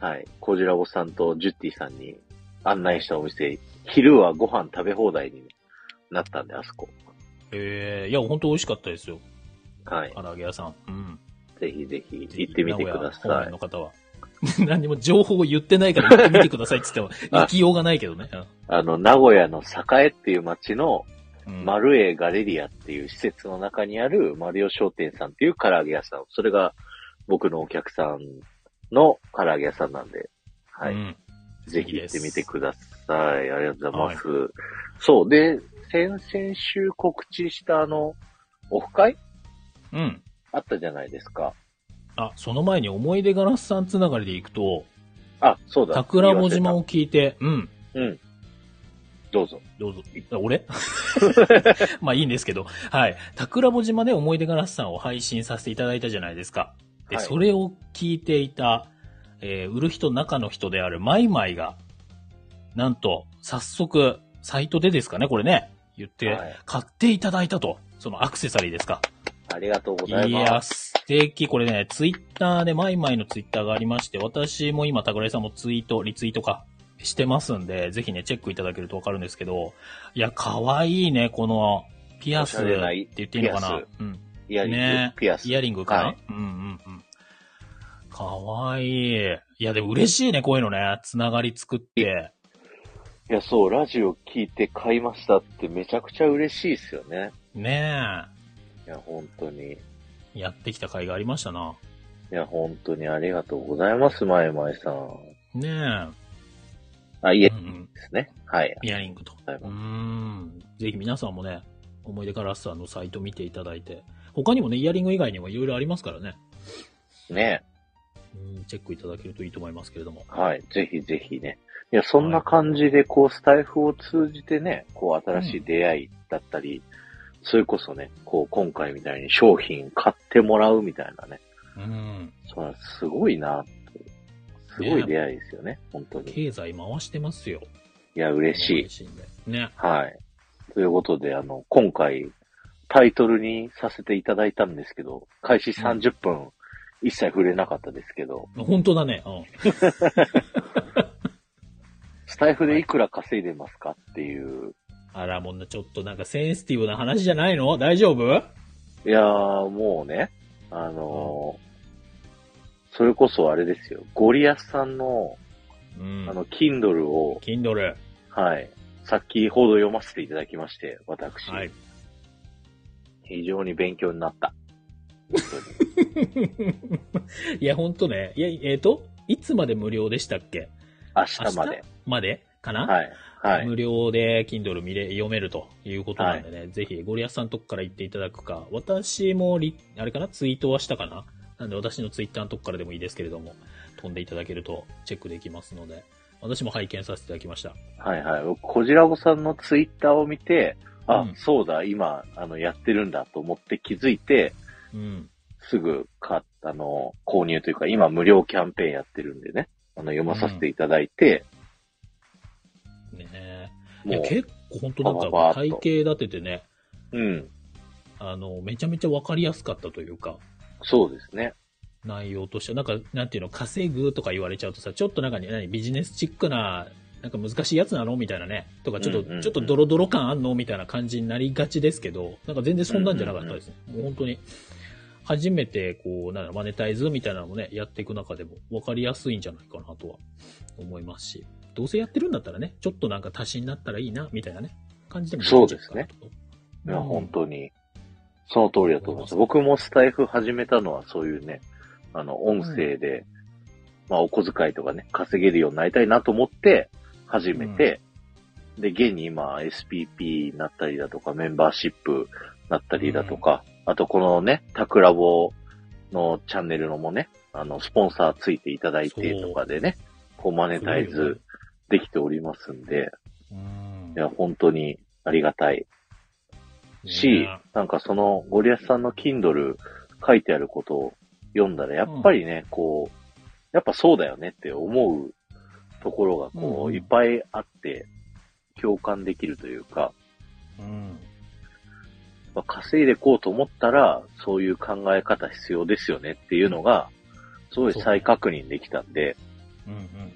A: はい。コジラボさんとジュッティさんに案内したお店、昼はご飯食べ放題になったんで、あそこ。
B: ええいや、本当美味しかったですよ。
A: はい。
B: 唐揚げ屋さん。うん。
A: ぜひぜひ行ってみてくだ
B: 名古屋方
A: さ
B: 面
A: い。
B: の方は。 何も情報を言ってないから行ってみてくださいって言って も、行きようがないけどね。
A: あの、名古屋の栄っていう町の
B: うん、
A: マルエガレリアっていう施設の中にあるマリオ商店さんっていう唐揚げ屋さん。それが僕のお客さんの唐揚げ屋さんなんで。はい。
B: うん
A: ぜひ行ってみてください。ありがとうございます。そう。で、先々週告知したあの、オフ会
B: うん。
A: あったじゃないですか。
B: あ、その前に思い出ガラスさんつながりで行くと、
A: あ、そうだ。
B: 桜も島
A: を。
B: を聞いて、うん、
A: うん。どうぞ。
B: どうぞ。あ俺 まあいいんですけど、はい。桜も島で思い出ガラスさんを配信させていただいたじゃないですか。で、
A: はい
B: それを聞いていた、えー売る人中の人であるマイマイが、なんと、早速、サイトでですかね、これね、言って、
A: はい
B: 買っていただいたと。そのアクセサリーですか。
A: ありがとうござい
B: い
A: ま
B: や、
A: す。
B: 素敵。これね、ツイッターで、マイマイのツイッターがありまして、私も今、桜井さんもツイート、リツイートか、してますんで、ぜひね、チェックいただけるとわかるんですけど、いや、可愛いね、この、ピアス
A: お
B: っ
A: しゃれな
B: て言っていいのか
A: ピ
B: な
A: ア
B: うん。
A: イヤリング、
B: ね
A: ピアス
B: イ。ヤリングかな、
A: はい
B: うんうんうん。可愛いい。いや、でも嬉しいね、こういうのね。つながり作って。
A: いや、そう、ラジオ聞いて買いましたってめちゃくちゃ嬉しいですよね。
B: ね
A: いや、本当に。い
B: え。やってきた甲斐がありましたな。
A: や、本当にありがとうございます、まいまいさん。
B: ねえ。
A: あ、いえ、
B: う
A: で
B: んうん
A: すね。はい。
B: イヤリングと。
A: ありが
B: う
A: と
B: ー
A: うございま
B: ん。ぜひ皆さんもね、思い出からさんのサイト見ていただいて、他にもね、イヤリング以外にもいろいろありますからね、
A: すね。
B: うん、チェックいただけるといいと思いますけれども。
A: はい。ぜひぜひね。いや、そんな感じで、こう、スタイフを通じてね、こう、新しい出会いだったり、それこそね、こう、今回みたいに商品買ってもらうみたいなね。
B: うん。
A: それはすごいなって、すごい出会いですよね、本当に。い
B: 経済回してますよ。
A: や、嬉しい。
B: 嬉しいんで。ね。
A: はい。ということで、あの、今回、タイトルにさせていただいたんですけど、開始30分、一切触れなかったですけど、
B: 本当だね。う
A: スタイフでいくら稼いでますかっていう。
B: ん。あら、もうな、ちょっとなんかセンシティブな話じゃないの大丈夫
A: いやー、もうね、あのーそれこそあれですよ、ゴリアスさんの、
B: うん。
A: あの、Kindle を、
B: Kindle。
A: はい、先ほど読ませていただきまして、私、
B: はい。
A: 非常に勉強になった。本当に。
B: いや、ほんとね。いや、えっ、と、いつまで無料でしたっけ
A: 明日まで。
B: までかな
A: はい、はい。
B: 無料で Kindle 見れ、読めるということなんでね、ぜひゴリアスさんのとこから行っていただくか、私もリ、あれかな、ツイートはしたかななんで私のツイッターのとこからでもいいですけれども、飛んでいただけるとチェックできますので、私も拝見させていただきました。
A: はいはい。僕こじらぼさんのツイッターを見て、あ、
B: うん
A: そうだ、今、あの、やってるんだと思って気づいて、
B: うん。
A: すぐ買ったの、購入というか、今無料キャンペーンやってるんでね、あの、読まさせていただいて、
B: ねえ。いや、
A: も
B: 結構本当なん
A: パワ
B: か
A: ーっ
B: 体
A: と
B: 系立ててね、
A: う、うん、
B: あの、めちゃめちゃわかりやすかったというか、
A: そうですね。
B: 内容としては、なんか、なんていうの、稼ぐとか言われちゃうとさ、ちょっとなんかね、何、ビジネスチックな、なんか難しいやつなのみたいなね。とか、ちょっと、
A: うんうんうん
B: ちょっとドロドロ感あんのみたいな感じになりがちですけど、なんか全然そんなんじゃなかったですね。もう本当に、初めて、こう、なんだろうマネタイズみたいなのもね、やっていく中でも分かりやすいんじゃないかなとは思いますし、どうせやってるんだったらね、ちょっとなんか足しになったらいいな、みたいなね、感じでもきるんじゃないかなと。
A: いや、
B: うん
A: 本当に、その通りだと思います。僕もスタイフ始めたのは、そういうね、あの、音声で、まあ、お小遣いとかね、稼げるようになりたいなと思って、始めて、で、現に今、SPP になったりだとか、メンバーシップなったりだとか、あと、このね、タクラボのチャンネルのもね、あの、スポンサーついていただいてとかでね、こう、マネタイ
B: すごいよね
A: ズできておりますんで、
B: うん
A: いや、本当にありがたい
B: ね
A: し、なんかそのゴリアスさんの Kindle 書いてあることを読んだら、やっぱりね、こう、やっぱそうだよねって思うところがこう、
B: うん
A: いっぱいあって、共感できるというか、
B: うん。
A: まあ稼いでこうと思ったら、そういう考え方必要ですよねっていうのが、すごい再確認できたんで、
B: うんうん。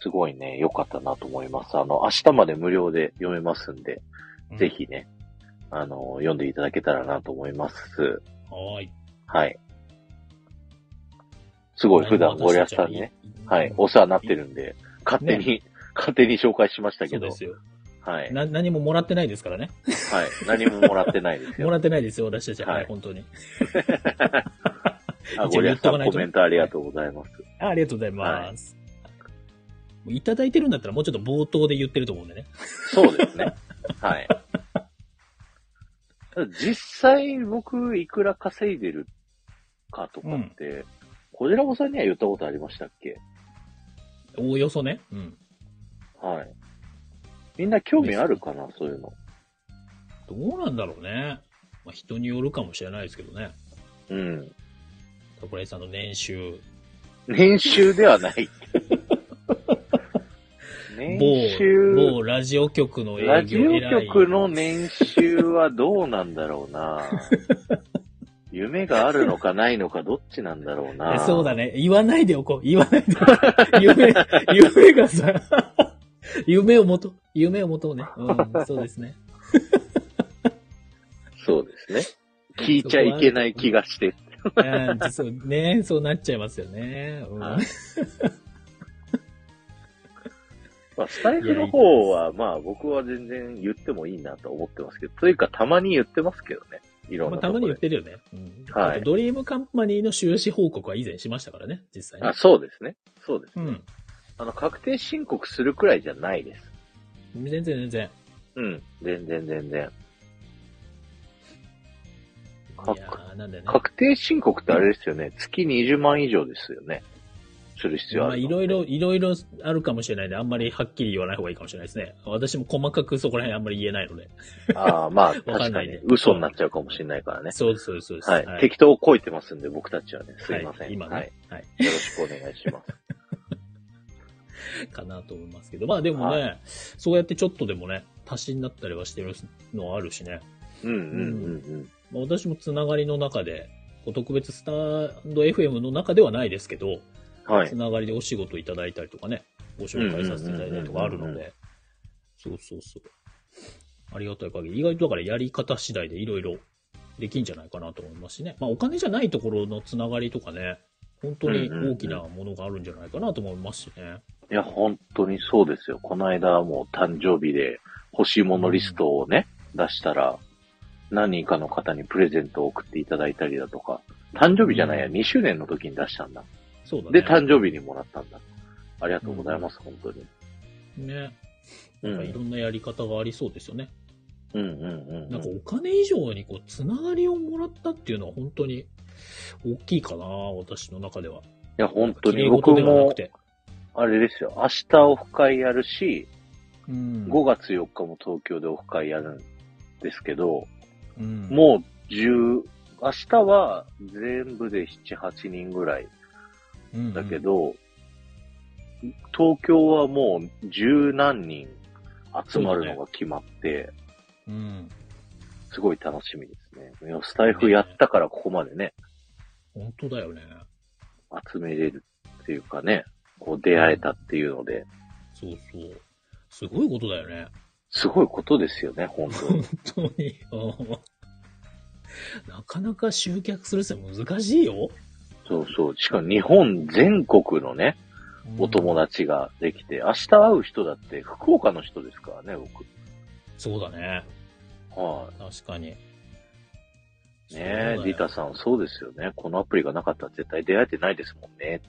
A: すごいね、良かったなと思います。あの、明日まで無料で読めますんで、
B: うん
A: ぜ。ひね、あの、読んでいただけたらなと思います。
B: はーい。
A: はい。すごい普段ゴリアスさんにね、。はい、お世話になってるんで、勝手に、 勝手に紹介しました
B: そ
A: け
B: う
A: ど
B: で、すよ。
A: はい、はい、
B: な、何ももらってないですからね。
A: 何ももらってないです
B: も
A: よ。
B: らってないですよ、私たちは。
A: はい
B: はい、本当に。
A: あ、
B: 一応
A: ゴリ
B: 言
A: ア
B: っ
A: スさ
B: とか
A: ん
B: ないとね
A: コメントありがとうございます。
B: あありがとうございます。もういただいてるんだったらもうちょっと冒頭で言ってると思うんでね。
A: そうですね。はい。ただ実際僕いくら稼いでるかとかって、こじらぼさんには言ったことありましたっけ
B: おおよそね。うん。
A: はい。みんな興味あるかな、そういうの。
B: どうなんだろうね。まあ、人によるかもしれないですけどね。
A: うん。
B: 桜井さんの年収。
A: 年収では ない。年
B: 某、
A: 収、
B: 某ラジオ局の営業
A: ラジオ
B: 偉い
A: 局の年収はどうなんだろう な夢があるのかないのかどっちなんだろう
B: え
A: な
B: そうだね。言わないでおこう。言わないでおこう。夢、夢がさ、夢をもと、夢をもとうね。うん、そうですね。
A: そうですね。聞いちゃいけない気がして。
B: うん、そうね、そうなっちゃいますよね。うん
A: はいまあ、スタイフの方は、まあ僕は全然言ってもいいなと思ってますけど、というかたまに言ってますけどね。いろん
B: まあ、
A: な
B: た
A: とこ
B: ま
A: ろ
B: に言
A: で
B: っ。てるよね。うん
A: はい
B: ドリームカンパニーの収支報告は以前しましたからね、実際に
A: あ、。そうですね。そうです
B: う
A: ね。
B: ん。
A: あの、確定申告するくらいじゃないです。
B: 全然全然。
A: うん。全然全然。か
B: いやーなんでね。
A: 確定申告ってあれですよね。月20万以上ですよね。する必要
B: ま
A: あ
B: あ、
A: る
B: い
A: の。
B: ろいろ、いろいろあるかもしれないんで、あんまりはっきり言わない方がいいかもしれないですね。私も細かくそこら辺あんまり言えないので。
A: ああ、まあ、
B: わか
A: 確
B: んな
A: か
B: い
A: に
B: ね
A: 嘘になっちゃうかもしれないからね。
B: そうです、そうです、そうです。
A: はい。適当をこいてますんで、僕たちはね。すいません。
B: はい、今
A: は
B: ね
A: い。、
B: はい、
A: よろしくお願いします。
B: かなと思いますけど、まあでもね、
A: は
B: そうやってちょっとでもね、足しになったりはしてるのはあるしね、
A: うんうんうんうん。
B: まあ、私もつながりの中で、こう特別スタンド FM の中ではないですけど、
A: はい
B: つ。ながりでお仕事いただいたりとかね、ご紹介させていただいたりとかあるの
A: うんうんうんうん
B: で、そうそうそう。ありがたい限り、意外とだからやり方次第でいろいろできんじゃないかなと思いますしね。まあお金じゃないところのつながりとかね、本当に大きなものがあるんじゃないかなと思いますしね。
A: いや、本当にそうですよ。この間もう誕生日で欲しいものリストをね、出したら、何人かの方にプレゼントを送っていただいたりだとか、誕生日じゃないや、
B: うん
A: 2周年の時に出したんだ。
B: そうだね。
A: で、誕生日にもらったんだ。ありがとうございます、本当に。
B: ね。
A: う
B: なんかいろ
A: ん。
B: んなやり方がありそうですよね。
A: うんうんう
B: なんか
A: ん。
B: お金以上にこう、つながりをもらったっていうのは本当に大きいかな、私の中では。
A: いや、本当
B: 綺
A: に
B: 麗事
A: 僕
B: ではな
A: も
B: く、て。
A: あれですよ。明日オフ会やるし、
B: うん
A: 5月4日も東京でオフ会やるんですけど、
B: うん
A: もう10、明日は全部で7、8人ぐらい
B: うん
A: だけど、東京はもう十何人集まるのが決まって、
B: うん。
A: すごい楽しみですね。いやスタイフやったからここまでね、
B: 本当だよね。
A: 集めれるっていうかね、こう出会えたっていうので、
B: そうそう。すごいことだよね。
A: すごいことですよね、本当 に。
B: 本当に。うんなかなか集客するって難しいよ。
A: そうそう。しかも日本全国のね、お友
B: 達。
A: 達ができて、明日会う人だって福岡の人ですからね、僕。
B: そうだね。
A: はい、
B: 確かに。
A: ねえ、
B: そうだよ
A: リタさん、そうですよね。このアプリがなかったら絶対出会えてないですもんね。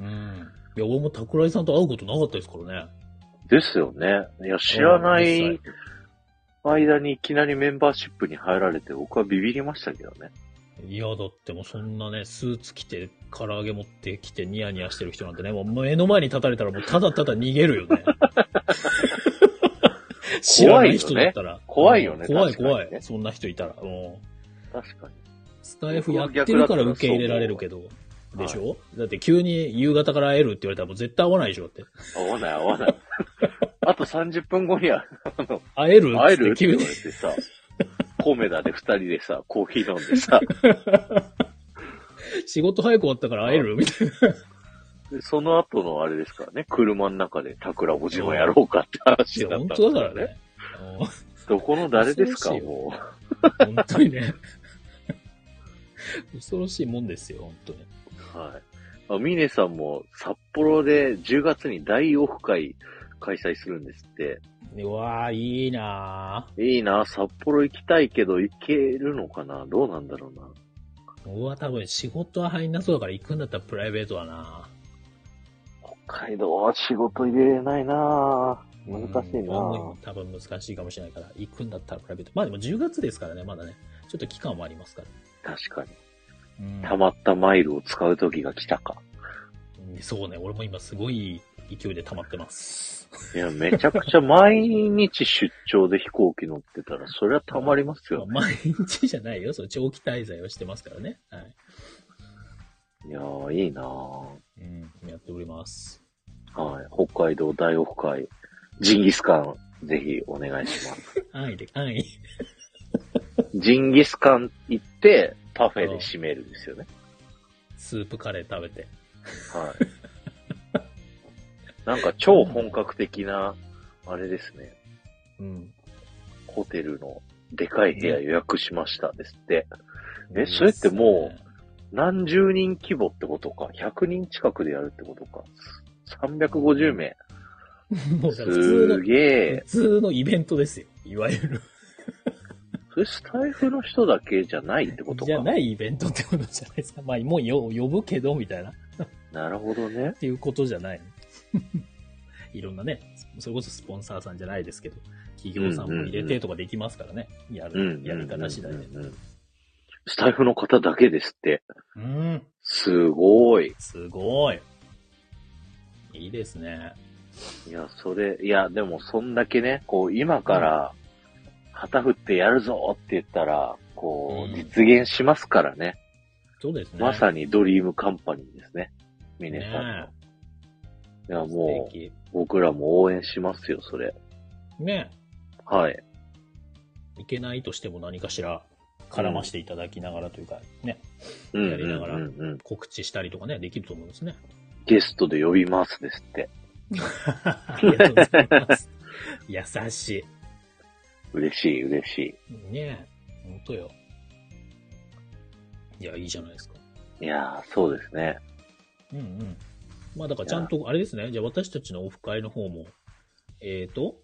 B: うん。いや、俺も桜井さんと会うことなかったですからね。
A: ですよね。いや、知らな
B: うん実
A: い
B: 際
A: 間にいきなりメンバーシップに入られて、僕はビビりましたけどね。
B: いや、だってもうそんなね、スーツ着て、唐揚げ持ってきてニヤニヤしてる人なんてね、もう目の前に立たれたらもうただただ逃げるよ ね。知らない人だったら。
A: 怖いよね
B: うん怖い
A: 確かにね
B: 怖い。そんな人いたら。うん
A: 確かに。
B: スタイフやってるから受け入れられるけど。
A: 逆だ
B: で
A: ったら
B: し
A: そう
B: ょ、だって急に夕方から会えるって言われたらもう絶対会わないでしょだって。
A: 合わない合わ ない。あと30分後には
B: 会えるっつって
A: 会えるって
B: 急
A: 言わ
B: に
A: れ。て さ、コメダで2人でさ、コーヒー飲んでさ、
B: 仕事早く終わったから会えるみたい
A: でその後のあれですからね、車の中で桜おじもやろうかって話に
B: な。
A: なった
B: 本
A: んです
B: 当
A: よ
B: だから。ね。うん
A: どこの誰ですか、
B: 恐ろしいよ
A: もう。
B: 本 当にね。恐ろしいもんですよ、本当に。
A: はあミネさんも札幌で10月に大オフ会開催するんですって。
B: うわー、いいない
A: いな、札幌行きたいけど行けるのかなどうなんだろうな。
B: ー。うわ、多分仕事は入んなそうだから行くんだったらプライベートだな
A: 北海道は仕事入れれないな難しいな
B: うん多分難しいかもしれないから、行くんだったらプライベート。まあでも10月ですからね、まだね。ちょっと期間はありますから。
A: 確かに。
B: うん
A: 溜まったマイルを使う時が来たか。
B: そうね、俺も今すごい勢いで溜まってます。
A: いや、めちゃくちゃ毎日出張で飛行機乗ってたら、そりゃ溜まりますよ。
B: まあ 毎日じゃないよ、そう長期滞在をしてますからね。はい。
A: いやー、いいなー
B: うん、やっております。
A: はい。北海道大オフ会、ジンギスカン、ぜひお願いします。
B: 安易で、安易。
A: ジンギスカン行って、パフェで締めるんですよね。
B: スープカレー食べて。
A: はい。なんか超本格的な、あれですね。
B: うん。
A: ホテルのでかい部屋予約しましたですって。えそれっても何十人規模ってことか。100人近くでやるってことか。350名。
B: う、もうだから普通の
A: す、げ
B: 普
A: え。
B: 通のイベントですよ。いわゆる。
A: それスタイフの人だけじゃないってことか。
B: じゃないイベントってことじゃないですか。まあ、もうよ呼ぶけど、みたいな。っ
A: なるほどね。
B: ていうことじゃない。 いろんなね、それこそスポンサーさんじゃないですけど、企業さんも入れてとかできますからね。やる、やり方次第で。
A: うんうんうんうんスタイフの方だけですって。
B: うん。
A: すごい。
B: すごい。いいですね。
A: いや、それ、いや、でもそんだけね、こう、今から、旗振ってやるぞって言ったら、こ
B: う
A: う、
B: ん
A: 実現しますからね。
B: そうですね。
A: まさ
B: に、
A: にドリームカンパニーですね。ミネ
B: ね
A: さんの。いや、
B: 素
A: もう、
B: 敵。
A: 僕らも応援しますよ、それ。
B: ね
A: はい。
B: いけないとしても何かしら絡ましていただきながらというか、ね、
A: うん
B: やりながら
A: うんうんうん。
B: 告知したりとかね、できると思うんです ね。
A: ゲストで呼びますですって。
B: ありがとうございます。優し
A: 嬉しい、嬉し
B: い。ねえ、ほんとよ。いや、いいじゃないですか。
A: い。いやー、そうですね。
B: うんうん。まあだからちゃんと、あれですね、じゃあ私たちのオフ会の方も、えーと、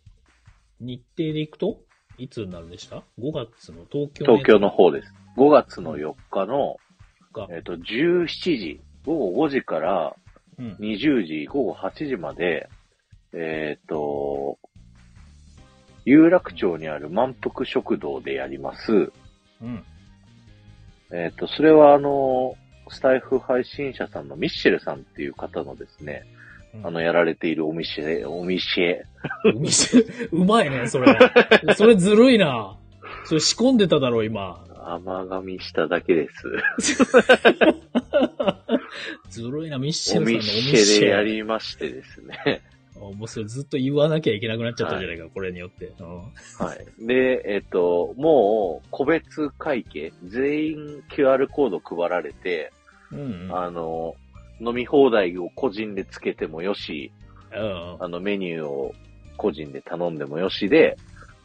B: 日程で行くと、いつになるんでした ?5 月の東京
A: 東京の
B: 方
A: 方です。5月の4日の、
B: が、
A: えっ、と、17時、午後5時から
B: うん、
A: 20時、午後8時まで、えっ、と、有楽町にある満腹食堂でやります。
B: うん、
A: えっ、と、それはあの、スタイフ配信者さんのミッシェルさんっていう方のですね、
B: うん
A: あの、やられているお店、お店、
B: 海鮮うまいね、それ。 それずるいな。それ仕込んでただろ、今。
A: 甘噛みしただけです。
B: ずるいな、ミッシェ
A: お
B: ルさんのお
A: 店
B: 店
A: でやりましてですね。
B: もうそれずっと言わなきゃいけなくなっちゃったじゃないか、これによって。うん
A: はい。で、えっ、と、もう、個別会計、全員 QR コード配られて、
B: うんうん。
A: あの、飲み放題を個人でつけてもよし、
B: うん
A: あの、メニューを個人で頼んでもよしで、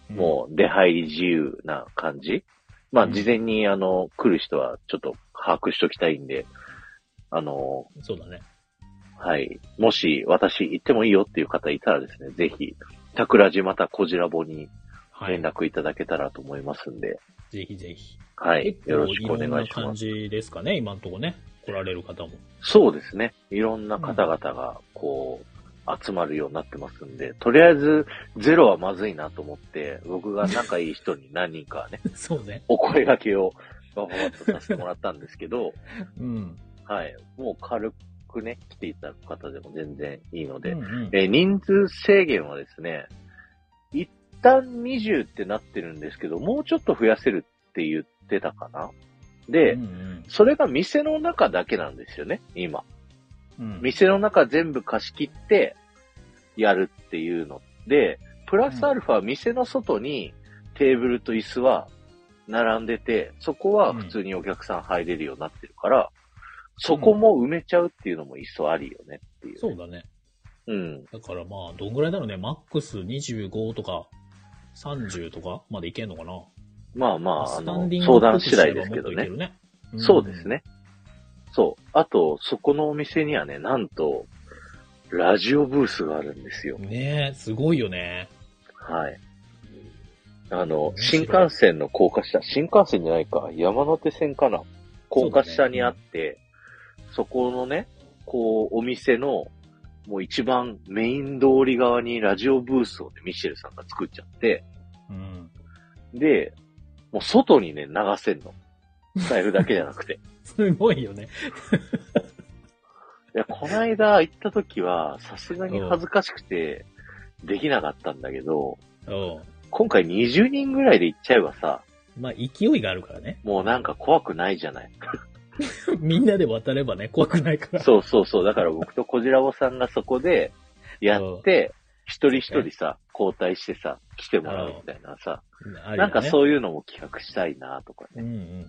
B: うん
A: もう出入り自由な感じ。まあ、
B: うん
A: 事前に、あの、来る人はちょっと把握しときたいんで、あの、
B: そうだね。
A: はい。もし、私行ってもいいよっていう方いたらですね、ぜひ、桜島またこじらぼに
B: はい。
A: 連
B: ぜ
A: 絡いただけたらと思いますんで、
B: ひぜひ。
A: はい。
B: 結
A: よ
B: 構
A: ろし
B: い
A: くお
B: ろん
A: 願い
B: な
A: しま
B: 感
A: す。
B: じですかね、今んとこね。来られる方も。
A: そうですね。いろんな方々が、こう、集まるようになってますんで、とりあえず、ゼロはまずいなと思って、僕が仲いい人に何人 かね、
B: そうね。
A: お声掛けを、わばわっとさせてもらったんですけど、
B: うん。
A: はい。もう軽くね、来ていただく方でも全然いいので、
B: うんうん
A: えー人数制限はですね、一旦20ってなってるんですけど、もうちょっと増やせるって言ってたかな。で、
B: うんうん
A: それが店の中だけなんですよね、今。
B: うん
A: 店の中全部貸し切ってやるっていうので、プラスアルファ店の外にテーブルと椅子は並んでて、そこは普通にお客さん入れるようになってるから、そこも埋めちゃうっていうのもいっそありよねっていう。
B: そうだね。
A: うん。
B: だからまあ、どんぐらいだろうね。マックス25とか30とかまでいけんのかな。
A: まあま
B: まあ
A: あ、あ
B: スタン
A: の
B: ディン、グ
A: 相
B: っぽ
A: 談
B: く
A: 次
B: す
A: 第
B: れば
A: ですけど
B: もっとい
A: ね。
B: るね。ん
A: そうです。ね。そう。あと、そこのお店にはね、なんと、ラジオブースがあるんですよ。
B: ねえ、すごいよね。
A: はい。あの、
B: 面白
A: 新
B: い
A: 幹線の高架下、新幹線じゃないか、山手線かな。高架下にあって、そ,、このね、こう、お店の、もう一番メイン通り側にラジオブースをね、ミシェルさんが作っちゃって、
B: うん。
A: で、もう外にね、流せんの。財布だけじゃなくて。
B: すごいよ ね。
A: いや、この間行った時は、さすがに恥ずかしくて、できなかったんだけど、
B: うん。
A: 今回20人ぐらいで行っちゃえばさ、
B: まあ、勢いがあるからね。
A: もうなんか怖くないじゃない。
B: みんなで渡ればね、怖くないから。
A: そうそうそう。だから僕とこじらぼさんがそこ でやって、一人一人さ、交代してさ、来てもらうみたいなさ、
B: あるよ ね
A: なんかそういうのも企画したいなとか
B: う
A: ね。
B: んうん。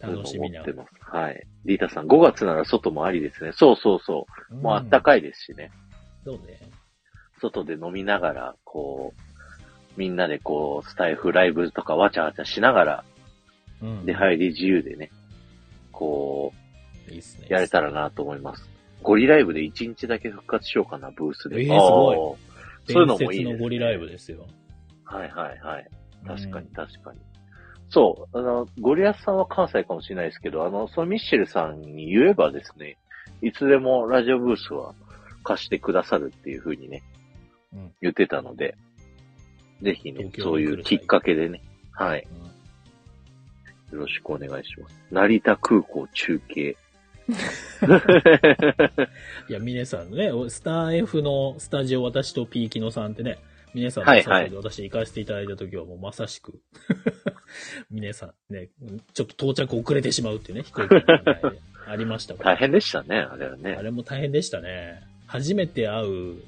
B: 楽し
A: そう
B: み
A: いう
B: な
A: の。思ってます。はい。リータさん、5月なら外もありですね。そうそうそう。もうあった
B: く。
A: かいですしね。
B: そうね。
A: 外で飲みながら、こう、みんなでこう、スタイフライブとかわちゃわちゃしながら、
B: うん。
A: 出入り自由でね、こ
B: いいっすね。
A: う、やれたらなと思います。ゴリライブで1日だけ復活しようかな、ブースで。
B: えーすごい
A: あーそういうのもいいですね
B: 伝説のゴリライブですよ。
A: はいはいはい。確かに
B: うん
A: 確かに。そう、あの、ゴリラスさんは関西かもしれないですけど、あの、そのミッシェルさんに言えばですね、いつでもラジオブースは貸してくださるっていう風にね、
B: うん
A: 言ってたので、ぜひね
B: 東、京に
A: そういうきっかけでね、はい、
B: うん
A: よろしくお願いします。成田空港中 継。
B: いや、峰さんね、スター F のスタジオ、私とピーキノさんってね、峰さんのスタジオで私行かせていただいた時はもうまさしく、 峰さんね、ちょっと到着遅れてしまうっていうね、飛行機の問題でありましたから
A: 大変でしたね、あれはね
B: あ。れも大変でしたね。初めて会う、もう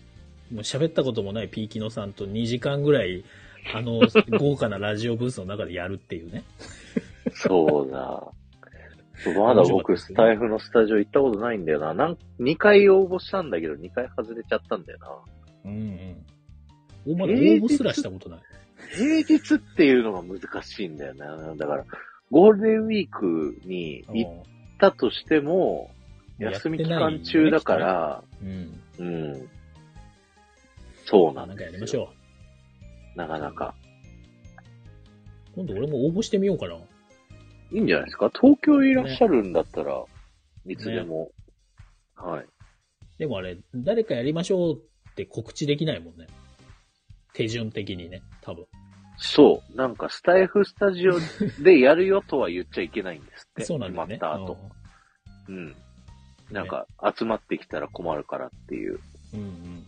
B: 喋ったこともないピーキノさんと2時間ぐらい、あ の、豪華なラジオブースの中でやるっていうね。
A: そうだ。そうまだ
B: 面白かった
A: 僕、
B: です
A: ス
B: ね
A: タイフのスタジオ行ったことないんだよな。なん2回応募したんだけど、2回外れちゃったんだよな。
B: うんうん。おまだ応募すらしたことない。
A: 平日っていうのが難しいんだよな。だから、ゴールデンウィークに行っ
B: も
A: たとしても、
B: う
A: 休み期間中だか。
B: やっ
A: ら、
B: てないよねきっとね
A: うん。そう
B: うん。
A: な
B: なんん
A: です
B: かや
A: よ
B: りましょう。
A: なかなか。
B: 今度俺も応募してみようかな。
A: いいんじゃないですか東京いらっしゃるんだったら、いつでも。はい。
B: でもあれ、誰かやりましょうって告知できないもんね。手順的にね、多分。
A: そう。なんか、スタイフスタジオでやるよとは言っちゃいけないんですって。
B: そうなんだよね。
A: 決まった後。うん。なんか、集まってきたら困るからっていう。
B: うん。うん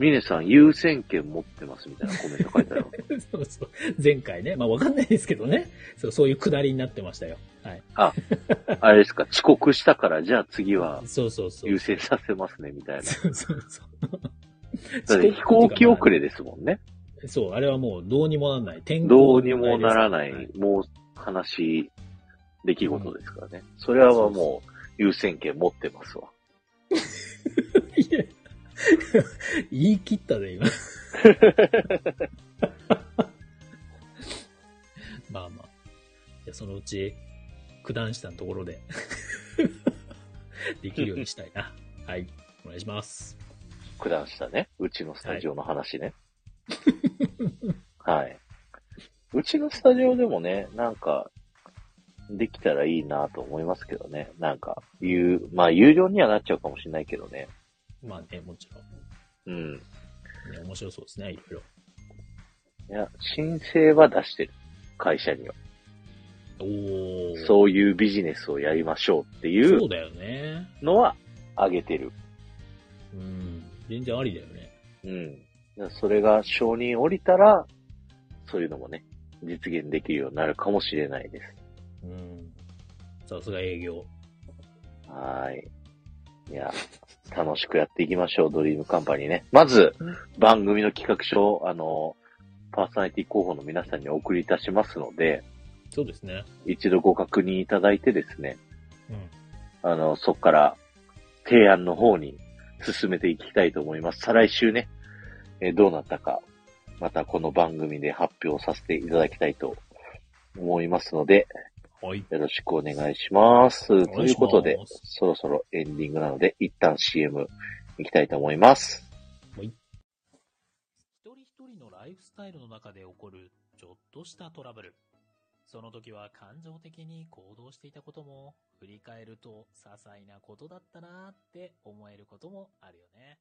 A: ミネさん優先権持ってますみたいなコメント書いてある。
B: うん。そうそう。前回ね。まあわかんないですけどね。そう、そういうくだりになってましたよ。はい。
A: あれですか、遅刻したから、じゃあ次は
B: そうそ うそう。
A: 優先させますね、みたいな。
B: そうそうそう。
A: だって飛行機遅れですもんね。
B: そう、あれはもうどうにもなんない。天
A: ど
B: 候
A: うにもならない
B: はい、
A: もう話、出来事ですからね。それはもう優先権持ってますわ。
B: いや 言い切っ たね、今。まあまあ。じゃあそのうち、九段下のとこ ろで、できるようにしたいな。はい。お願いします。
A: 九段下ね。うちのスタジオの話ね。はい。うちのスタジオでもね、なんか、できたらいいなと思いますけどね。なんか、いう、まあ、有料にはなっちゃうかもしれないけどね。
B: まあね、もちろ
A: うん。
B: ん。ね、面白そうですね、いろいろ。
A: いや、申請は出してる。会社には。
B: おー。
A: そういうビジネスをやりましょうってい
B: そううだよね。
A: のは、あげてる。
B: うん。全然ありだよね。
A: うん。だからそれが承認降りたら、そういうのもね、実現できるようになるかもしれないです。
B: うん。さすが営業。
A: はーい。いや、楽しくやっていきましょう、ドリームカンパニーね。まず、番組の企画書を、あの、パーソナリティ候補の皆さんにお送りいたしますので、
B: そうですね。
A: 一度ご確認いただいてですね、
B: うん。
A: あの、そこから、提案の方に進めていきたいと思います。再来週ね、えーどうなったか、またこの番組で発表させていただきたいと思いますので、
B: はい。
A: よろしくお願いします。とい
B: 願いします
A: うことで、そろそろエンディングなので、一旦 CM 行きたいと思います。
B: 一人一人のライフスタイルの中で起こるちょっとしたトラブル。その時は感情的に行動していたことも、振り返ると些細なことだったなーって思えることもあるよね。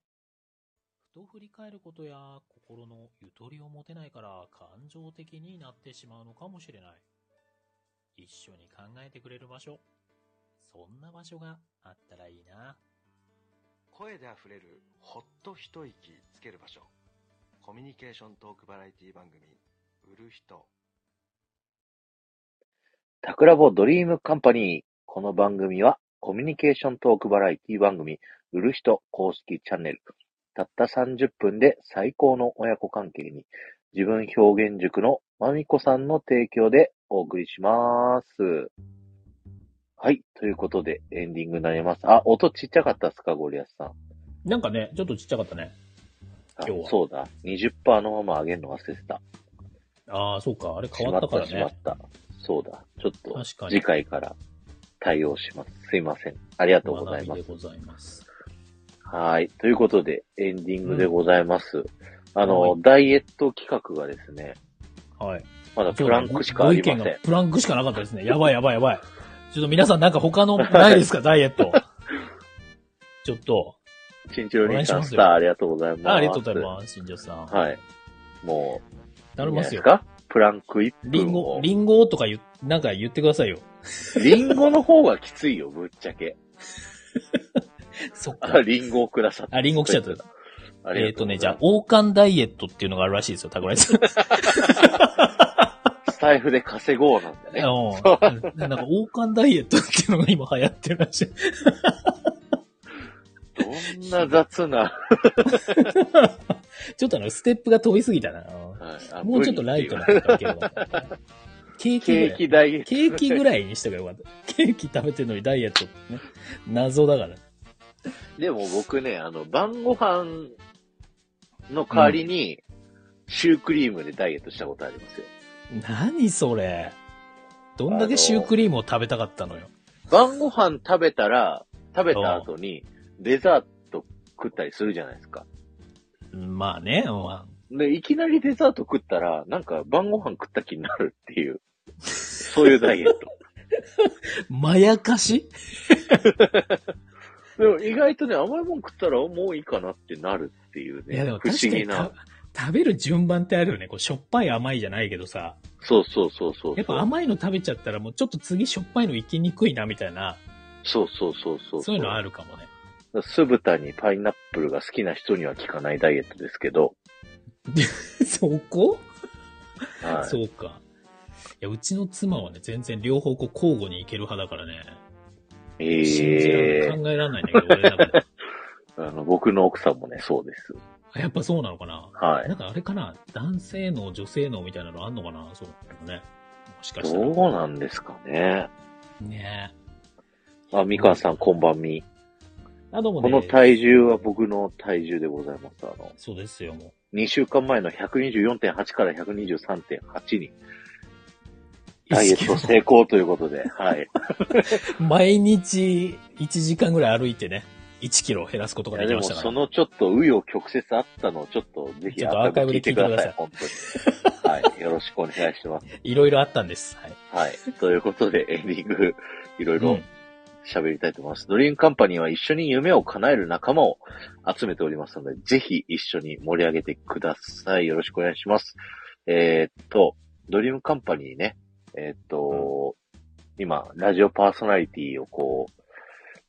B: ふと振り返ることや心のゆとりを持てないから感情的になってしまうのかもしれない。一緒に考えてくれる場所。そんな場所があったらいいな。
C: 声であふれるほっと一息つける場所コミュニケーショントークバラエティ番組「売る人
A: タクラボドリームカンパニー。この番組はコミュニケーショントークバラエティ番組、売る人公式チャンネル。たった30分で最高の親子関係に、自分表現塾のまみこさんの提供でお送りします。はい。ということで、エンディングになります。あ、音ちっちゃかったっすか、ゴリアスさん。
B: なんかね、ちょっとちっちゃかったね。
A: あ
B: 今日は
A: そうだ。20%のまま上げるの忘れてた。
B: ああ、そうか。あれ
A: しまった、しまった。そうだ。ちょっと、
B: 確かに
A: 次回から対応します。すいません。ありがとうございます。
B: ございます。
A: はい。ということで、エンディングでございます。あ
B: は
A: の、ダイエット企画がですね、
B: はい。
A: まだプランクしかありま
B: ご意
A: せ
B: 見
A: ん
B: が。プランクしかなかったですね。やばいやばいやばい。ちょっと皆さんなんか他のないです か、ダイエット。ちょっと。
A: チンチロリンさ
B: お
A: ん、
B: 願いします
A: ス
B: よ
A: ターありがとうございます。
B: あありがとうございます、新庄さん。
A: はい。もう、
B: 頼みます
A: いいんじゃないで
B: よ。
A: かプランク1分
B: リンゴ
A: を、
B: リンゴとか言、なんか言ってくださいよ。
A: リンゴの方がきついよ、ぶっちゃけ。
B: そっ
A: あ、
B: か。
A: リンゴをくださった。
B: あ、リンゴ来ちゃっ
A: あ
B: た。
A: り
B: え
A: が
B: っ
A: と
B: と
A: うございます。
B: ね、じゃあ、王冠ダイエットっていうのがあるらしいですよ、タコライ さん。
A: スタイフで稼ごうなんだね。
B: うんなんか王冠ダイエットっていうのが今流行ってるらしい。
A: どんな雑な、
B: ちょっとあの、ステップが飛びすぎたな。
A: はい
B: もうちょっとライトな。のかければ。ケーキ
A: ケー
B: ぐらい。
A: キダイエット。
B: ケーキぐらいにしとけばよかった。ケーキ食べてるのにダイエットってね。謎だから。
A: でも僕ね、あの、晩ご飯の代わりに、シュークリームでダイエットしたことありますよ。
B: 何それ。どんだけシュークリームを食べたかったのよ。
A: 晩ご飯食べたら、食べた後に、デザート食ったりするじゃないですか。
B: まあね、ま
A: で、いきなりデザート食ったら、なんか晩ご飯食った気になるっていう、そういうダイエッ ト。
B: あ、まやかし
A: でも意外とね、甘いもん食ったらもういいかなってなるっていう
B: い
A: ね
B: やでも、
A: 不
B: 確
A: 思
B: かに
A: 議な
B: た。食べる順番ってあるよね。こう、しょっぱい甘いじゃないけどさ。
A: そうそうそうそう。
B: やっぱ甘いの食べちゃったらもうちょっと次しょっぱいの行きにくいなみたいな、
A: そうそうそうそう。
B: そういうのあるかもね。
A: 酢豚にパイナップルが好きな人には効かないダイエットですけど、
B: そこ
A: はい、
B: そうか。いや、うちの妻はね、全然両方こう交互にいける派だからね。信じられ
A: え
B: な
A: え
B: い考えられないんだけど、俺の中で。
A: あの、僕の奥さんもね、そうです。
B: あやっぱそうなのかな
A: はい
B: な。んかあれかな男性の女性のみたいなのあんのかなそうだね。もしかした
A: どう
B: ら。
A: なんですかね。
B: ね
A: あ、みかんさん、こんばんみ。
B: え。あ、どうも
A: こ
B: ね。
A: の体重は僕の体重でございます。あの、
B: そうですよ、も
A: 2週間前の124.8から123.8に
B: う。
A: ダイエット成功ということで、はい。
B: 毎日1時間ぐらい歩いてね、1キロ減らすこと
A: い
B: が
A: や
B: でき
A: で
B: ま
A: も、
B: したから。
A: そのちょっと紆余曲折あったのをちょっとぜひ
B: ちょっとアーカイブで聞いてください
A: 本当に。はい。よろしくお願いします。
B: いろいろあったんです。はい。
A: はい。 ということで、エンディング、いろいうろ
B: ん
A: 喋りたいと思います。ドリームカンパニーは一緒に夢を叶える仲間を集めておりますので、ぜひ一緒に盛り上げてください。よろしくお願いします。えーっと、ドリームカンパニーね、えーっと、今、ラジオパーソナリティをこう、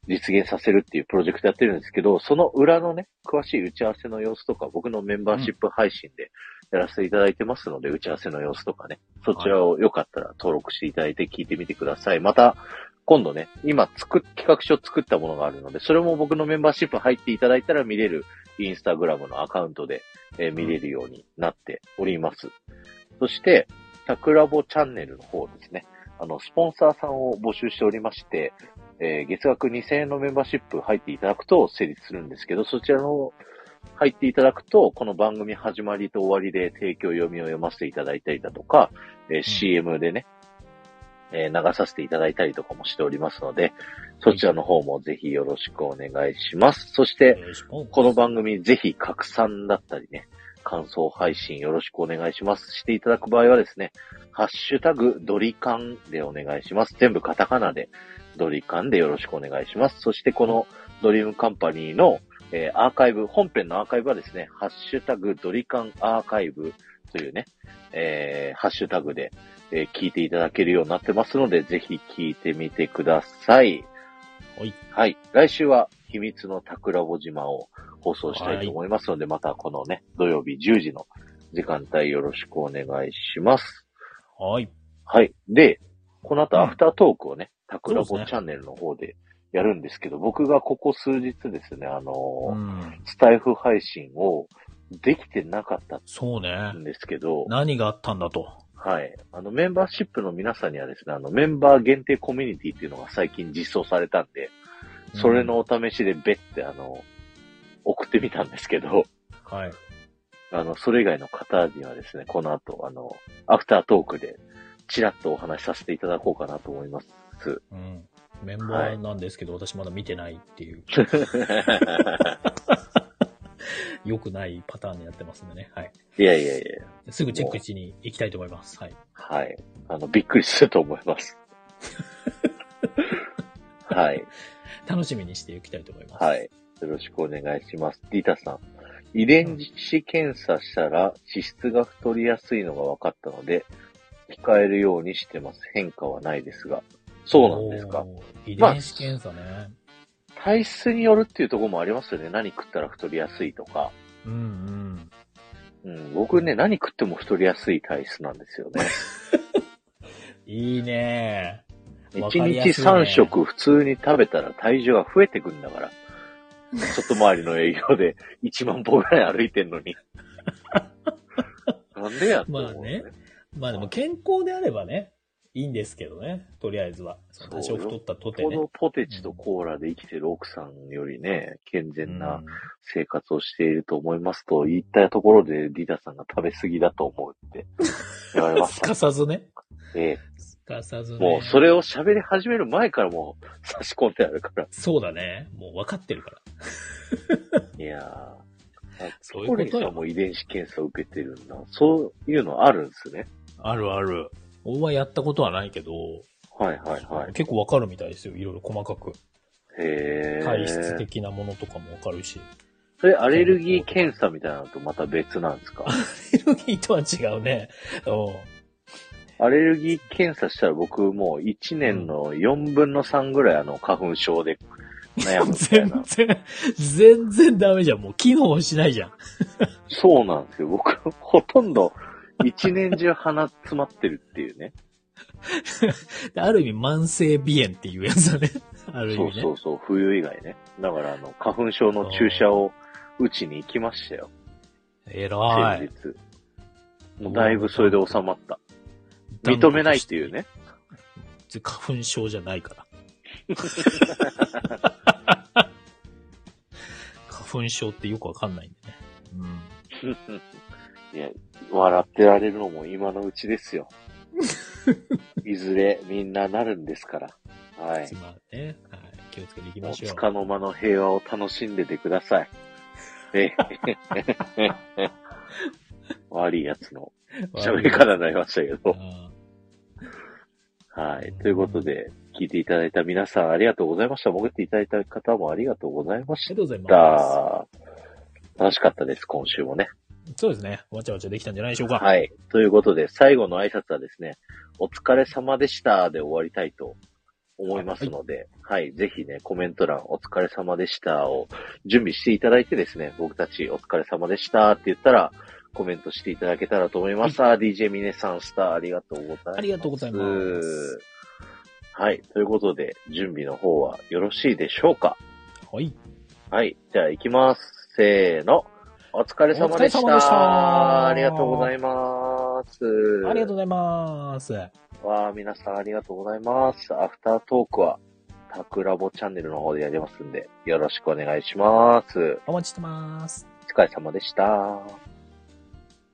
A: 実現させるっていうプロジェクトやってるんですけど、その裏のね、詳しい打ち合わせの様子とか、僕のメンバーシップ配信でやらせていただいてますので、打ち合わせの様子とかね、そちらをよかったら登録していただいて聞いてみてください。また、今度ね、今作っ、企画書作ったものがあるので、それも僕のメンバーシップ入っていただいたら見れる、インスタグラムのアカウントで、えー見れるようになっております。そして、タクラボチャンネルの方ですね。あの、スポンサーさんを募集しておりまして、えー月額2000円のメンバーシップ入っていただくと成立するんですけど、そちらの入っていただくと、この番組始まりと終わりで提供読みを読ませていただいたりだとか、えー CM でね、えー流させていただいたりとかもしておりますので、そちらの方もぜひよろしくお願いします。そして、
B: よいしょ
A: この番組ぜひ拡散だったりね、感想配信よろしくお願いします。していただく場合はですね、ハッシュタグドリカンでお願いします。全部カタカナでドリカンでよろしくお願いします。そしてこのドリームカンパニーの、えーアーカイブ、本編のアーカイブはですね、ハッシュタグドリカンアーカイブというね、えーハッシュタグで、えー聞いていただけるようになってますので、ぜひ聞いてみてください。
B: はい。
A: はい。来週は秘密の桜ぼ島を放送したいと思いますので、またこのね、土曜日10時の時間帯よろしくお願いします。
B: はい。
A: はい。で、この後
B: うん
A: アフタートークをね、桜
B: そう
A: ぼ
B: ですね
A: チャンネルの方でやるんですけど、僕がここ数日ですね、あのー
B: うん。
A: スタイフ配信をできてなかった
B: そうね。
A: んですけど、
B: 何があったんだと。
A: はい。あの、メンバーシップの皆さんにはですね、あの、メンバー限定コミュニティっていうのが最近実装されたんで、それのお試しでべって、あの、送ってみたんですけど、
B: はい。
A: あの、それ以外の方にはですね、この後、あの、アフタートークで、ちらっとお話しさせていただこうかなと思います。
B: うん。メンバーなんですけど、私まだ見てないっていう、良くないパターンになってますんでね。はい。
A: いやいやいや、
B: すぐチェックしに行きたいと思います。はい。
A: はい。あの、びっくりすると思います。はい。
B: 楽しみにしていきたいと思います。
A: はい。。よろしくお願いします。リータさん。遺伝子検査したら脂質が太りやすいのが分かったので、控えるようにしてます。変化はないですが。そうなんですか。
B: おー。遺伝子検査ね。
A: 体質によるっていうところもありますよね。何食ったら太りやすいとか。
B: うんうん。
A: うん、僕ね、何食っても太りやすい体質なんですよね。
B: いいねわか
A: 1
B: りやすいね
A: 日3食普通に食べたら体重が増えてくんだ から。外回りの営業で1万歩ぐらい歩いてんのに。なんでやと思うよ
B: ままあでも健康であればね、いいんですけどね。とりあえずは。
A: そうよ
B: 多少太ったとて
A: こ
B: ね。
A: のポテチとコーラで生きてる奥さんよりね、健全
B: う
A: なん生活をしていると思いますと言ったところでリーダーさんが食べ過ぎだと思うって言われます し
B: か
A: た。
B: さずね。
A: え
B: すかさず
A: え
B: ね。
A: もうそれを喋り始める前からもう差し込んであるから。
B: そうだね。もう分かってるから。
A: いやー。
B: そういうことよ
A: ヒコリンさんも遺伝子検査を受けてるんだ。そういうのあるんですね。
B: あるある。俺はやったことはないけど、
A: はいはいはい。
B: 結構分かるみたいですよ。いろいろ細かく。
A: へえ。
B: 体質的なものとかも分か るし。
A: それアレルギー検査みたいなのとまた別なん ですか
B: アレルギーとは違うね。う
A: アレルギー検査したら僕もう1年の4分の3ぐらいあの花粉症で悩む
B: ん。
A: みたい
B: 全
A: な。
B: 然、全然ダメじゃん。もう機能しないじゃん。
A: そうなんですよ。僕ほとんど1年中鼻詰まってるっていうね。
B: である意味慢性鼻炎っていうやつだね。ある 意味
A: そう
B: ね。
A: そうそう、冬以外ね。だからあの花粉症の注射を打ちに行きましたよ。
B: 偉い
A: 先。日。もうだいぶそれで収まった。認めないっていうね。
B: 花粉症じゃな いから。花粉症ってよくわかんないんでね。うん。
A: いや、笑ってられるのも今のうちですよ。いずれみんななるんですから。はい。
B: まあね、はい、気をつけていき
A: も
B: ま
A: う
B: しょ
A: つ
B: う。
A: かの間の平和を楽しんでてください。ええ。悪いやつの喋り方になりましたけ
B: う
A: ど。
B: ん
A: はい。ということで、聞いていただいた皆さんありがとうございました。潜っていただいた方もありがとうございま
B: あ
A: し
B: りがとうございま
A: た。楽しかったです、今週もね。
B: す。そうですね。わちゃわちゃできたんじゃないでしょうか。 い。
A: はい。ということで、最後の挨拶はですね、お疲れ様でしたで終わりたいと思いますので、はい、ぜひね、コメント欄、お疲れ様でしたを準備していただいてですね、僕たちお疲れ様でしたって言ったら、コメントしていただけたらと思います。あー DJ ミネさん、スター、ありがとうございます。
B: ありがとうございます。
A: はい。ということで、準備の方はよろしいでしょうか
B: はい。
A: はい。じゃあ行きます。せーの。お疲れ様でした。
B: お疲れ様でした
A: ありがとうございます。
B: ありがとうございます。
A: わあ、皆さんありがとうございます。アフタートークは、タクラボチャンネルの方でやりますんで、よろしくお願いします。
B: お待ちしてます。
A: お疲れ様でした。